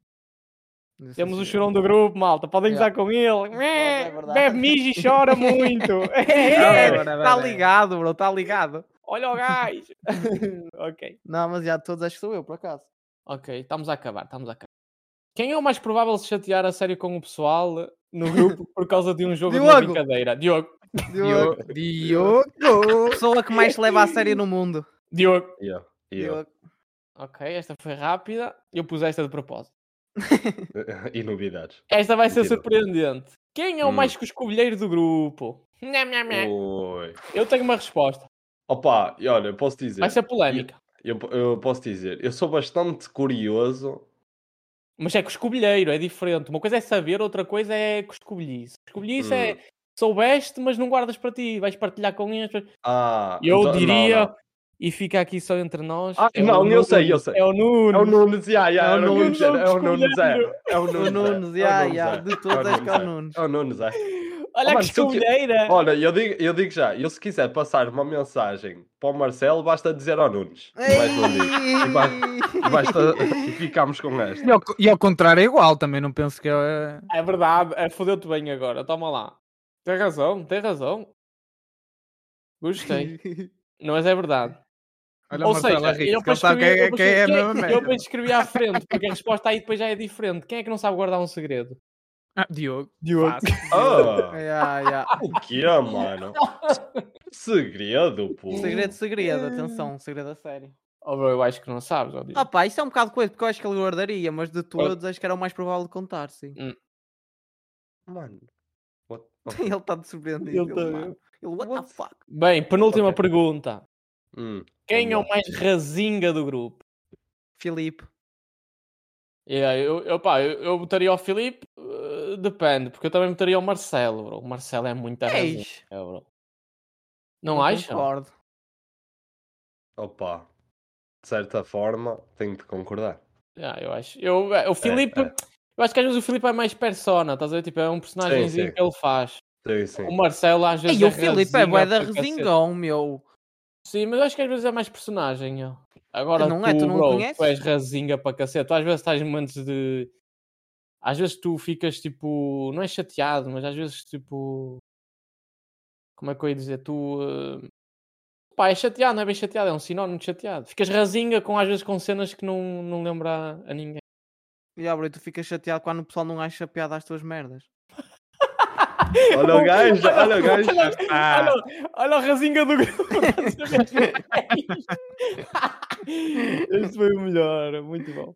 B: Desse
C: Temos o
B: assim,
C: chorão do grupo, malta. Podem
B: Yeah.
C: usar com ele.
B: é verdade.
C: Bebe mijo e chora muito.
B: É,
E: Bora, bora,
B: tá
E: bora.
B: ligado, bro, tá ligado.
C: Olha o gajo. ok.
B: Não, mas já de todos acho que sou eu, por acaso.
C: Ok, estamos a acabar, estamos a acabar. Quem é o mais provável de se chatear a sério com o pessoal no grupo por causa de um jogo de uma
B: Diogo.
C: brincadeira? Diogo,
B: Diogo.
E: Diogo. Diogo.
B: Pessoa que mais se leva a sério no mundo.
C: Diogo.
D: Yeah. Yeah.
C: Ok, esta foi rápida. Eu pus esta de propósito.
D: e novidades.
C: Esta vai ser
D: Mentira.
C: surpreendente. Quem é o
D: Hum. Oh.
C: mais cuscovilheiro do grupo? Nham, nham, nham.
D: Oi.
C: Eu tenho uma resposta.
D: Opa, e olha, eu posso dizer.
C: Vai ser polémica.
D: Eu, eu posso dizer, eu sou bastante curioso.
C: Mas é cuscovilheiro, é diferente. Uma coisa é saber, outra coisa é cuscovilhice. Cuscovilhice
D: Hum.
C: é soubeste, mas não guardas para ti. Vais partilhar com eles.
D: Ah,
C: Eu
D: então- não,
C: diria,
D: não.
C: e fica aqui só entre nós.
D: Ah,
C: o
D: não, eu sei, eu
C: Nunes,
D: sei.
C: É o Nuno.
D: É o Nunes, já, já,
C: É o
D: era o que eu ia dizer,
C: Nunes,
D: é o Nunes, é.
C: escolheiro.
D: É o
B: O
D: Nunes, é,
B: Nunes,
D: é o
B: já,
D: Nunes,
B: já.
D: é.
B: De todos acho que é o Nunes.
D: É o Nunes, é.
C: Olha
D: Oh,
C: a
D: mano, se eu que-
C: cuscovilheira.
D: Olha, eu digo, eu digo já, eu se quiser passar uma mensagem para o Marcelo, basta dizer ao Nunes. é E vais ouvir. E
B: Ei!
D: vai- Basta, e ficamos com esta.
E: E ao, e ao contrário é igual, também não penso que é.
D: Oh.
C: É verdade, é, fodeu-te bem agora, toma lá. Tem razão, tem razão. Gostei. não, mas é verdade.
E: Olha
C: Ou
E: o Marcelo
C: seja,
E: a rir,
C: eu
E: que
C: para
E: ele sabe
C: escrever-
E: quem
C: eu para
E: é, quem é a
C: escrever-
E: mesma
C: Eu
E: merda.
C: para escrever à frente, porque a resposta aí depois já é diferente. Quem é que não sabe guardar um segredo?
E: Ah, Diogo.
C: Diogo.
E: fácil.
D: Ah,
B: Já, já.
D: o que é, mano? Segredo, pô.
C: é
B: Segredo, segredo, atenção, um segredo a sério.
C: Oh, bro, eu acho que não sabes, ó, Diogo.
B: Ah pá, isso é um bocado coisa, porque eu acho que ele guardaria, mas de todos acho que era o mais provável de contar, sim.
D: Mano. what-
B: Ele está de surpreendido.
C: Ele tá-
B: mano. Ele, what, the fuck?
C: Bem, penúltima
D: Ok.
C: pergunta.
D: Hum,
C: Quem é o
D: vamos lá.
C: mais razinga do grupo?
B: Filipe.
C: Yeah, É, eu, eu, pá, eu, eu botaria ao Filipe, eh, depende, porque eu também botaria ao Marcelo, bro. O Marcelo é muito razinha,
B: Eis.
C: bro. Não acha?
B: Concordo.
D: Opa, de certa forma, tenho de concordar.
C: Ah, eu acho. Eu, eh, o Filipe,
D: é.
C: eu acho que às vezes o Filipe é mais persona, estás a ver? Tipo, é um personagemzinho
D: sim.
C: que ele faz.
D: Sim, sim.
C: O Marcelo às vezes.
B: Ei,
C: é
B: o Filipe é
C: rasinha
B: bué da
C: pra cacete.
B: resingão, meu.
C: Sim, mas eu acho que às vezes é mais personagem. eu. Agora
B: Não
C: tu,
B: é? Tu não
C: bro,
B: conheces?
C: tu és rasinha para cacete. Tu às vezes estás em momentos de. Às vezes tu ficas tipo. Não é chateado, mas às vezes tipo. Como é que eu ia dizer? Tu. eh, Pá, é chateado, não é bem chateado, é um sinónimo de chateado. Ficas rasinha com, às vezes com cenas que não, não lembra a ninguém.
B: E abre, tu ficas chateado quando o pessoal não acha piada às tuas merdas.
D: Olha o gajo, olha o gajo.
E: Ah,
C: Olha, olha a rasinga do grupo. este foi o melhor, muito bom.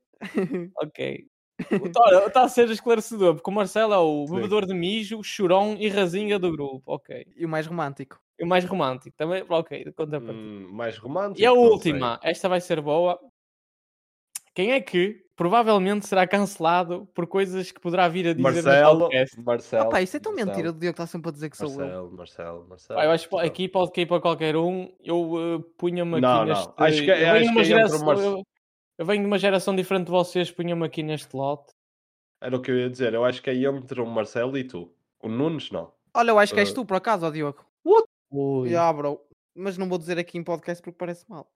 C: Ok. Está Tá a ser esclarecedor, porque o Marcelo é o
D: Sim.
C: bebedor de mijo, chorão e rasinga do grupo. Ok.
B: E o mais romântico.
C: E o mais romântico também. Ok, de contrapartida.
D: Hum, mais romântico.
C: E a
D: não sei.
C: última, esta vai ser boa. Quem é que provavelmente será cancelado por coisas que poderá vir a dizer neste
D: Marcelo,
C: podcast?
D: Marcelo.
B: Ah pá, isso é tão
D: Marcelo,
B: mentira do Diogo está sempre a dizer que sou eu.
D: Marcelo, Marcelo,
B: Tá,
D: Marcelo.
C: Pá, eu acho que
D: Marcelo.
C: aqui pode cair para qualquer um. Eu eh, punha-me aqui
D: Não, não.
C: neste...
D: Acho que-
C: eu,
D: acho
C: venho de
D: que é entre
C: uma
D: o
C: geração-
D: Marce-
C: eu- eu venho de uma geração diferente de vocês, punha-me aqui neste lote.
D: Era o que eu ia dizer, eu acho que é entre o um Marcelo e tu. O Nunes não.
B: Olha, eu acho que és
D: Ah.
B: tu, por acaso, ó Diogo.
C: Uh. Ui,
B: Já, bro. Mas não vou dizer aqui em podcast porque parece mal.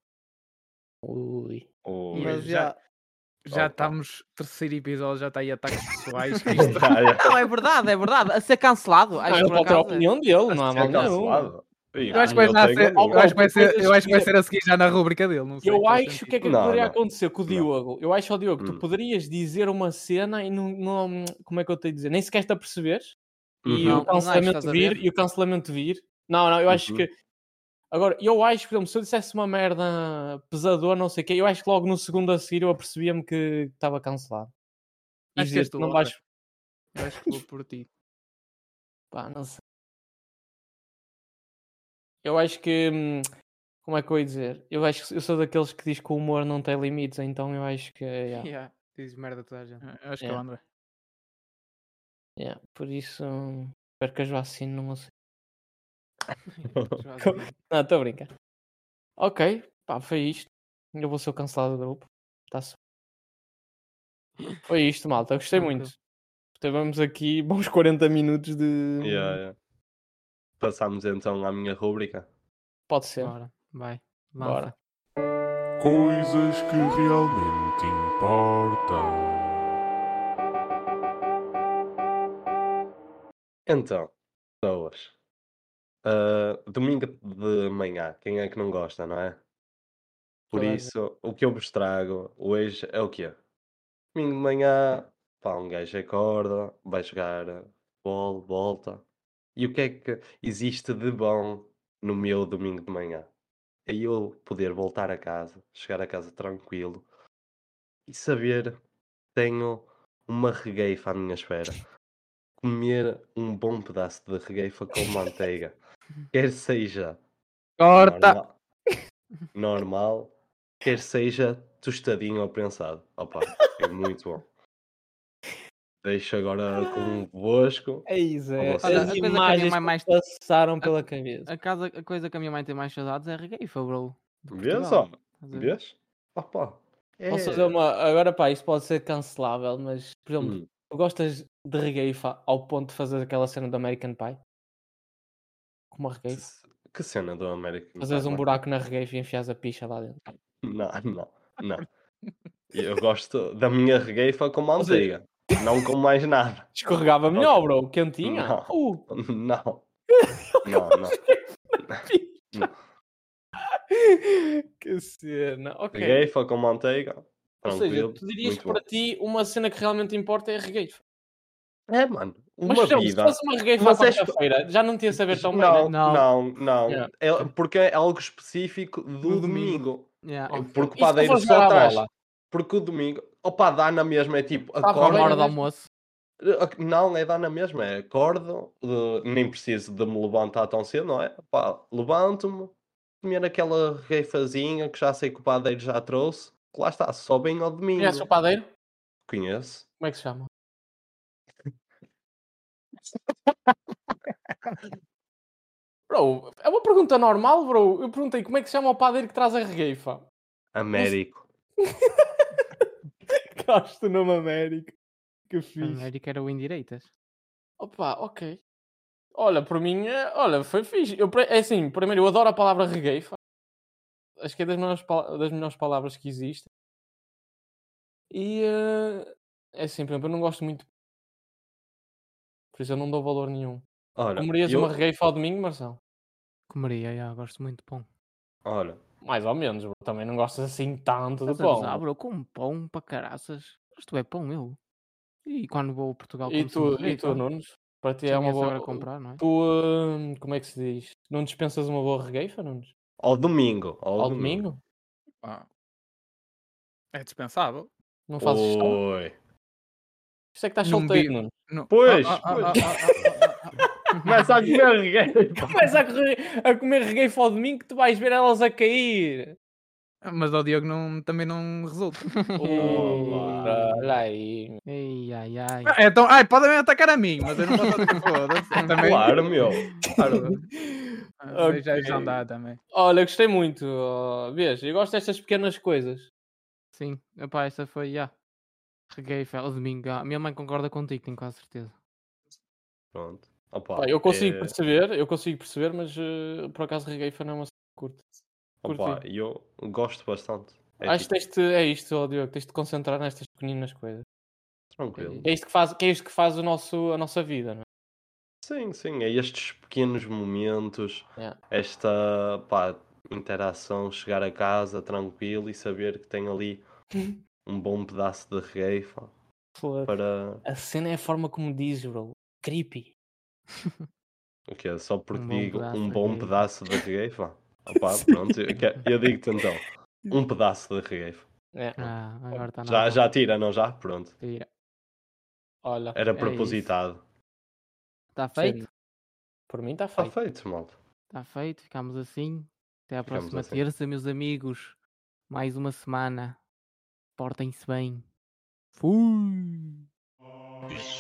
C: ui.
D: O...
B: Mas
E: já-
B: já.
E: Já
D: Opa.
E: estamos, terceiro episódio, já está aí ataques pessoais. que isto-
D: Já, já.
B: Não, é verdade, é verdade. A ser cancelado.
C: Ah,
B: Acho
C: ele
B: que por
C: pode ter a
B: acaso. é.
C: opinião dele, não há
D: Já
C: mal
D: é
C: nenhum.
D: cancelado. Ih,
E: Eu acho que vai
D: eu
E: já
D: tenho
E: ser-
D: amigo.
E: eu acho que vai ser- eu acho que vai
C: Coisas que-
E: ser a seguir já na rubrica dele. Não sei,
C: Eu
E: faz
C: acho
E: sentido.
C: que é que
D: Não,
C: poderia
D: não.
C: acontecer com o
D: Não.
C: Diogo. Eu acho, ó Diogo, tu
D: Hum.
C: poderias dizer uma cena e não, não- Como é que eu tenho a dizer? Nem sequer te aperceberes.
D: Uhum.
C: E
B: Não,
C: o
B: não
C: cancelamento
B: estás a
C: vir.
B: ver?
C: E o cancelamento vir. Não, não, eu acho
D: Uhum.
C: que. Agora, eu acho, por exemplo, se eu dissesse uma merda pesadora, não sei o quê, eu acho que logo no segundo a seguir eu apercebia-me que estava cancelado. E
E: Acho que
C: dizia,
E: és
C: tu
E: tu,
C: não
E: ok.
C: vais.
E: Eu acho que vou por ti.
C: Pá, não sei. Eu acho que. hum, Como é que eu ia dizer? Eu acho que eu sou daqueles que diz que o humor não tem limites, então eu acho que. yeah,
F: Yeah. Diz merda a toda a gente.
E: Eu acho que é o
C: Yeah.
E: André.
C: yeah, Por isso. hum, Espero que as vacinas não sei.
F: Já
C: Co-
F: digo.
C: Não, estou a brincar. Ok, pá, foi isto. Eu vou ser o cancelado do grupo. Tá-se. Foi isto, malta. Gostei
F: Ok.
C: muito. Tivemos aqui bons 40 minutos de.
D: Yeah, yeah. Passamos então à minha rúbrica.
C: Pode ser.
F: Bora, vai. lança.
C: Bora.
G: Coisas que realmente importam.
D: Então, pessoas. Ah, domingo de manhã, quem é que não gosta, não é? Por
C: Toda a gente.
D: isso, o que eu vos trago hoje é o quê? Domingo de manhã, pá, um gajo acorda, vai jogar futebol, volta. E o que é que existe de bom no meu domingo de manhã? É eu poder voltar a casa, chegar a casa tranquilo e saber que tenho uma regueifa à minha espera comer um bom pedaço de regueifa com manteiga, quer seja
E: Corta!
D: norma- normal, quer seja tostadinho ou prensado. Opa, é muito bom. Deixo agora um convosco.
C: É isso,
D: é.
C: é.
D: Olha, a
C: As
D: coisa
B: que a minha
C: imagens
B: mãe
C: que
B: mais-
C: passaram pela cabeça.
B: A, casa, a coisa que a minha mãe tem mais saudades é regueifa, bro. de
D: Vês
B: Portugal.
D: só?
B: Estás a ver?
D: Vês? Opa. É.
C: Posso fazer uma. Agora, pá, isto pode ser cancelável, mas, por exemplo,
D: Hum,
C: tu gostas de regueifa ao ponto de fazer aquela cena do American Pie? Como a
D: que
C: regueifa?
D: ce- Que cena do América.
C: Fazes um buraco na regueifa e enfias a picha lá dentro.
D: Não, não, não. Eu gosto da minha regueifa com manteiga. Não com mais nada.
C: Escorregava melhor, bro. Quentinha.
D: Não.
C: Uh,
D: Não. Não, não.
C: que cena. Ok.
D: Regueifa com manteiga.
C: Ou seja,
D: Tranquilo.
C: tu dirias
D: um muito
C: que
D: bom.
C: para ti uma cena que realmente importa é regueifa.
D: É, mano. Uma
C: Mas, por exemplo, se
D: vida.
C: fosse uma regueifa à
D: Mas és-
C: quarta-feira, já não tinha saber tão bem.
D: não,
C: né?
D: não, não.
C: Yeah.
D: É- porque é algo específico do,
C: Uhum.
F: Do
D: domingo.
B: Yeah.
D: Porque o
C: E se tu
D: padeiro
C: fores
D: só
C: jogar à
D: traz.
C: bola?
D: Porque o domingo. Opa, dá na mesma. É tipo.
C: Tá bom,
B: Ou na
D: Acordo,
B: hora
C: Agora
B: do almoço.
D: Ac- Não, é dar na mesma, é acordo, eh, nem preciso de me levantar tão cedo, não é? Pá, levanto-me, comer aquela reifazinha que já sei que o padeiro já trouxe, que lá está, só bem ao domingo.
C: Conhece o padeiro?
D: Conheço.
C: Como é que se chama? Bro, é uma pergunta normal, bro. Eu perguntei como é que se chama o padeiro que traz a regueifa.
D: Américo.
C: Gosto do nome Américo. Que
B: A
C: fixe.
B: América era o Indireitas.
C: Opa, ok. Olha, por mim, é- olha, foi fixe. Eu, pre- é assim, primeiro, eu adoro a palavra regueifa. Acho que é das melhores, pala- das melhores palavras que existem. E eh, é assim, por exemplo, eu não gosto muito. Por isso eu não dou valor nenhum.
D: Olha,
C: Comerias
D: eu,
C: uma regueifa ao domingo, Marcelo?
B: Comeria, já, gosto muito de pão.
D: olha,
C: Mais ou menos, bro. Também não gostas assim tanto de
B: Estás a gozar,
C: pão.
B: bro? Como pão para caraças. Isto é pão, eu. E quando vou a Portugal,
C: E
B: como
C: tu, e tu, Nunes? Para ti é uma boa.
B: agora comprar, não é?
C: Tu, eh, como é que se diz? Não dispensas uma boa regueifa, Nunes?
D: ao domingo. Ao,
C: Ao domingo?
E: Pá. Ah. É dispensável.
C: Não fazes gestão?
D: Oi.
C: Isto é que estás
E: Não
C: solteiro,
E: digo.
C: Nuno.
E: Não-
D: Pois,
E: Ah, ah,
D: pois.
E: ah, ah, ah, ah, ah, ah.
D: Começa a comer regueiro.
C: Começa a, correr, a comer regueifa ao domingo que tu vais ver elas a cair.
E: ah. Mas ao Diogo não, também não resulta.
D: Olá.
C: Olha aí.
B: Ei, ai, ai.
E: Ah, Então, ai, podem atacar a mim, mas eu não posso atacar foda-se. Também.
D: Claro, meu.
E: Claro. Ah,
C: Ok.
E: Já, já dá também.
C: Olha, gostei muito. ó, Vês, eu gosto destas pequenas coisas. é-
B: Sim, epá, essa foi, já. Reguei, fela domingo. ah, Minha mãe concorda contigo, tenho quase certeza.
D: Pronto. Opa,
C: Pá, eu consigo
D: é-
C: perceber, eu consigo perceber, mas eh, por acaso reggae foi uma cena que curto.
D: opa, eu gosto bastante. É
C: Acho
D: tipo,
C: que tens de, é isto, ó, Diogo, tens de te concentrar nestas pequeninas coisas.
D: tranquilo.
C: É isto que faz, que é isto que faz o nosso, a nossa vida, não é?
D: Sim, sim, é estes pequenos momentos,
C: Yeah.
D: esta pá, interação, chegar a casa tranquilo e saber que tem ali um bom pedaço de regueifa para
C: é? A cena é a forma como diz, bro. Creepy.
D: o quê? Só porque
C: Um bom
D: digo
C: pedaço
D: um
C: de
D: bom
C: regueifa.
D: pedaço de regueifa? Opá, pronto, eu, que- eu digo-te então, um pedaço de regueifa.
C: É.
E: Ah, agora está na.
D: Já, já tira, não já? Pronto,
C: Olha,
D: era
C: Tipo, é isso.
D: propositado.
B: Está feito?
C: Por mim está
D: Está
C: feito.
D: feito, malta.
B: Está Tá feito, ficamos assim. Até à
D: Ficamos
B: próxima
D: assim.
B: terça, meus amigos. Mais uma semana. Portem-se bem. Fui!
G: Isso.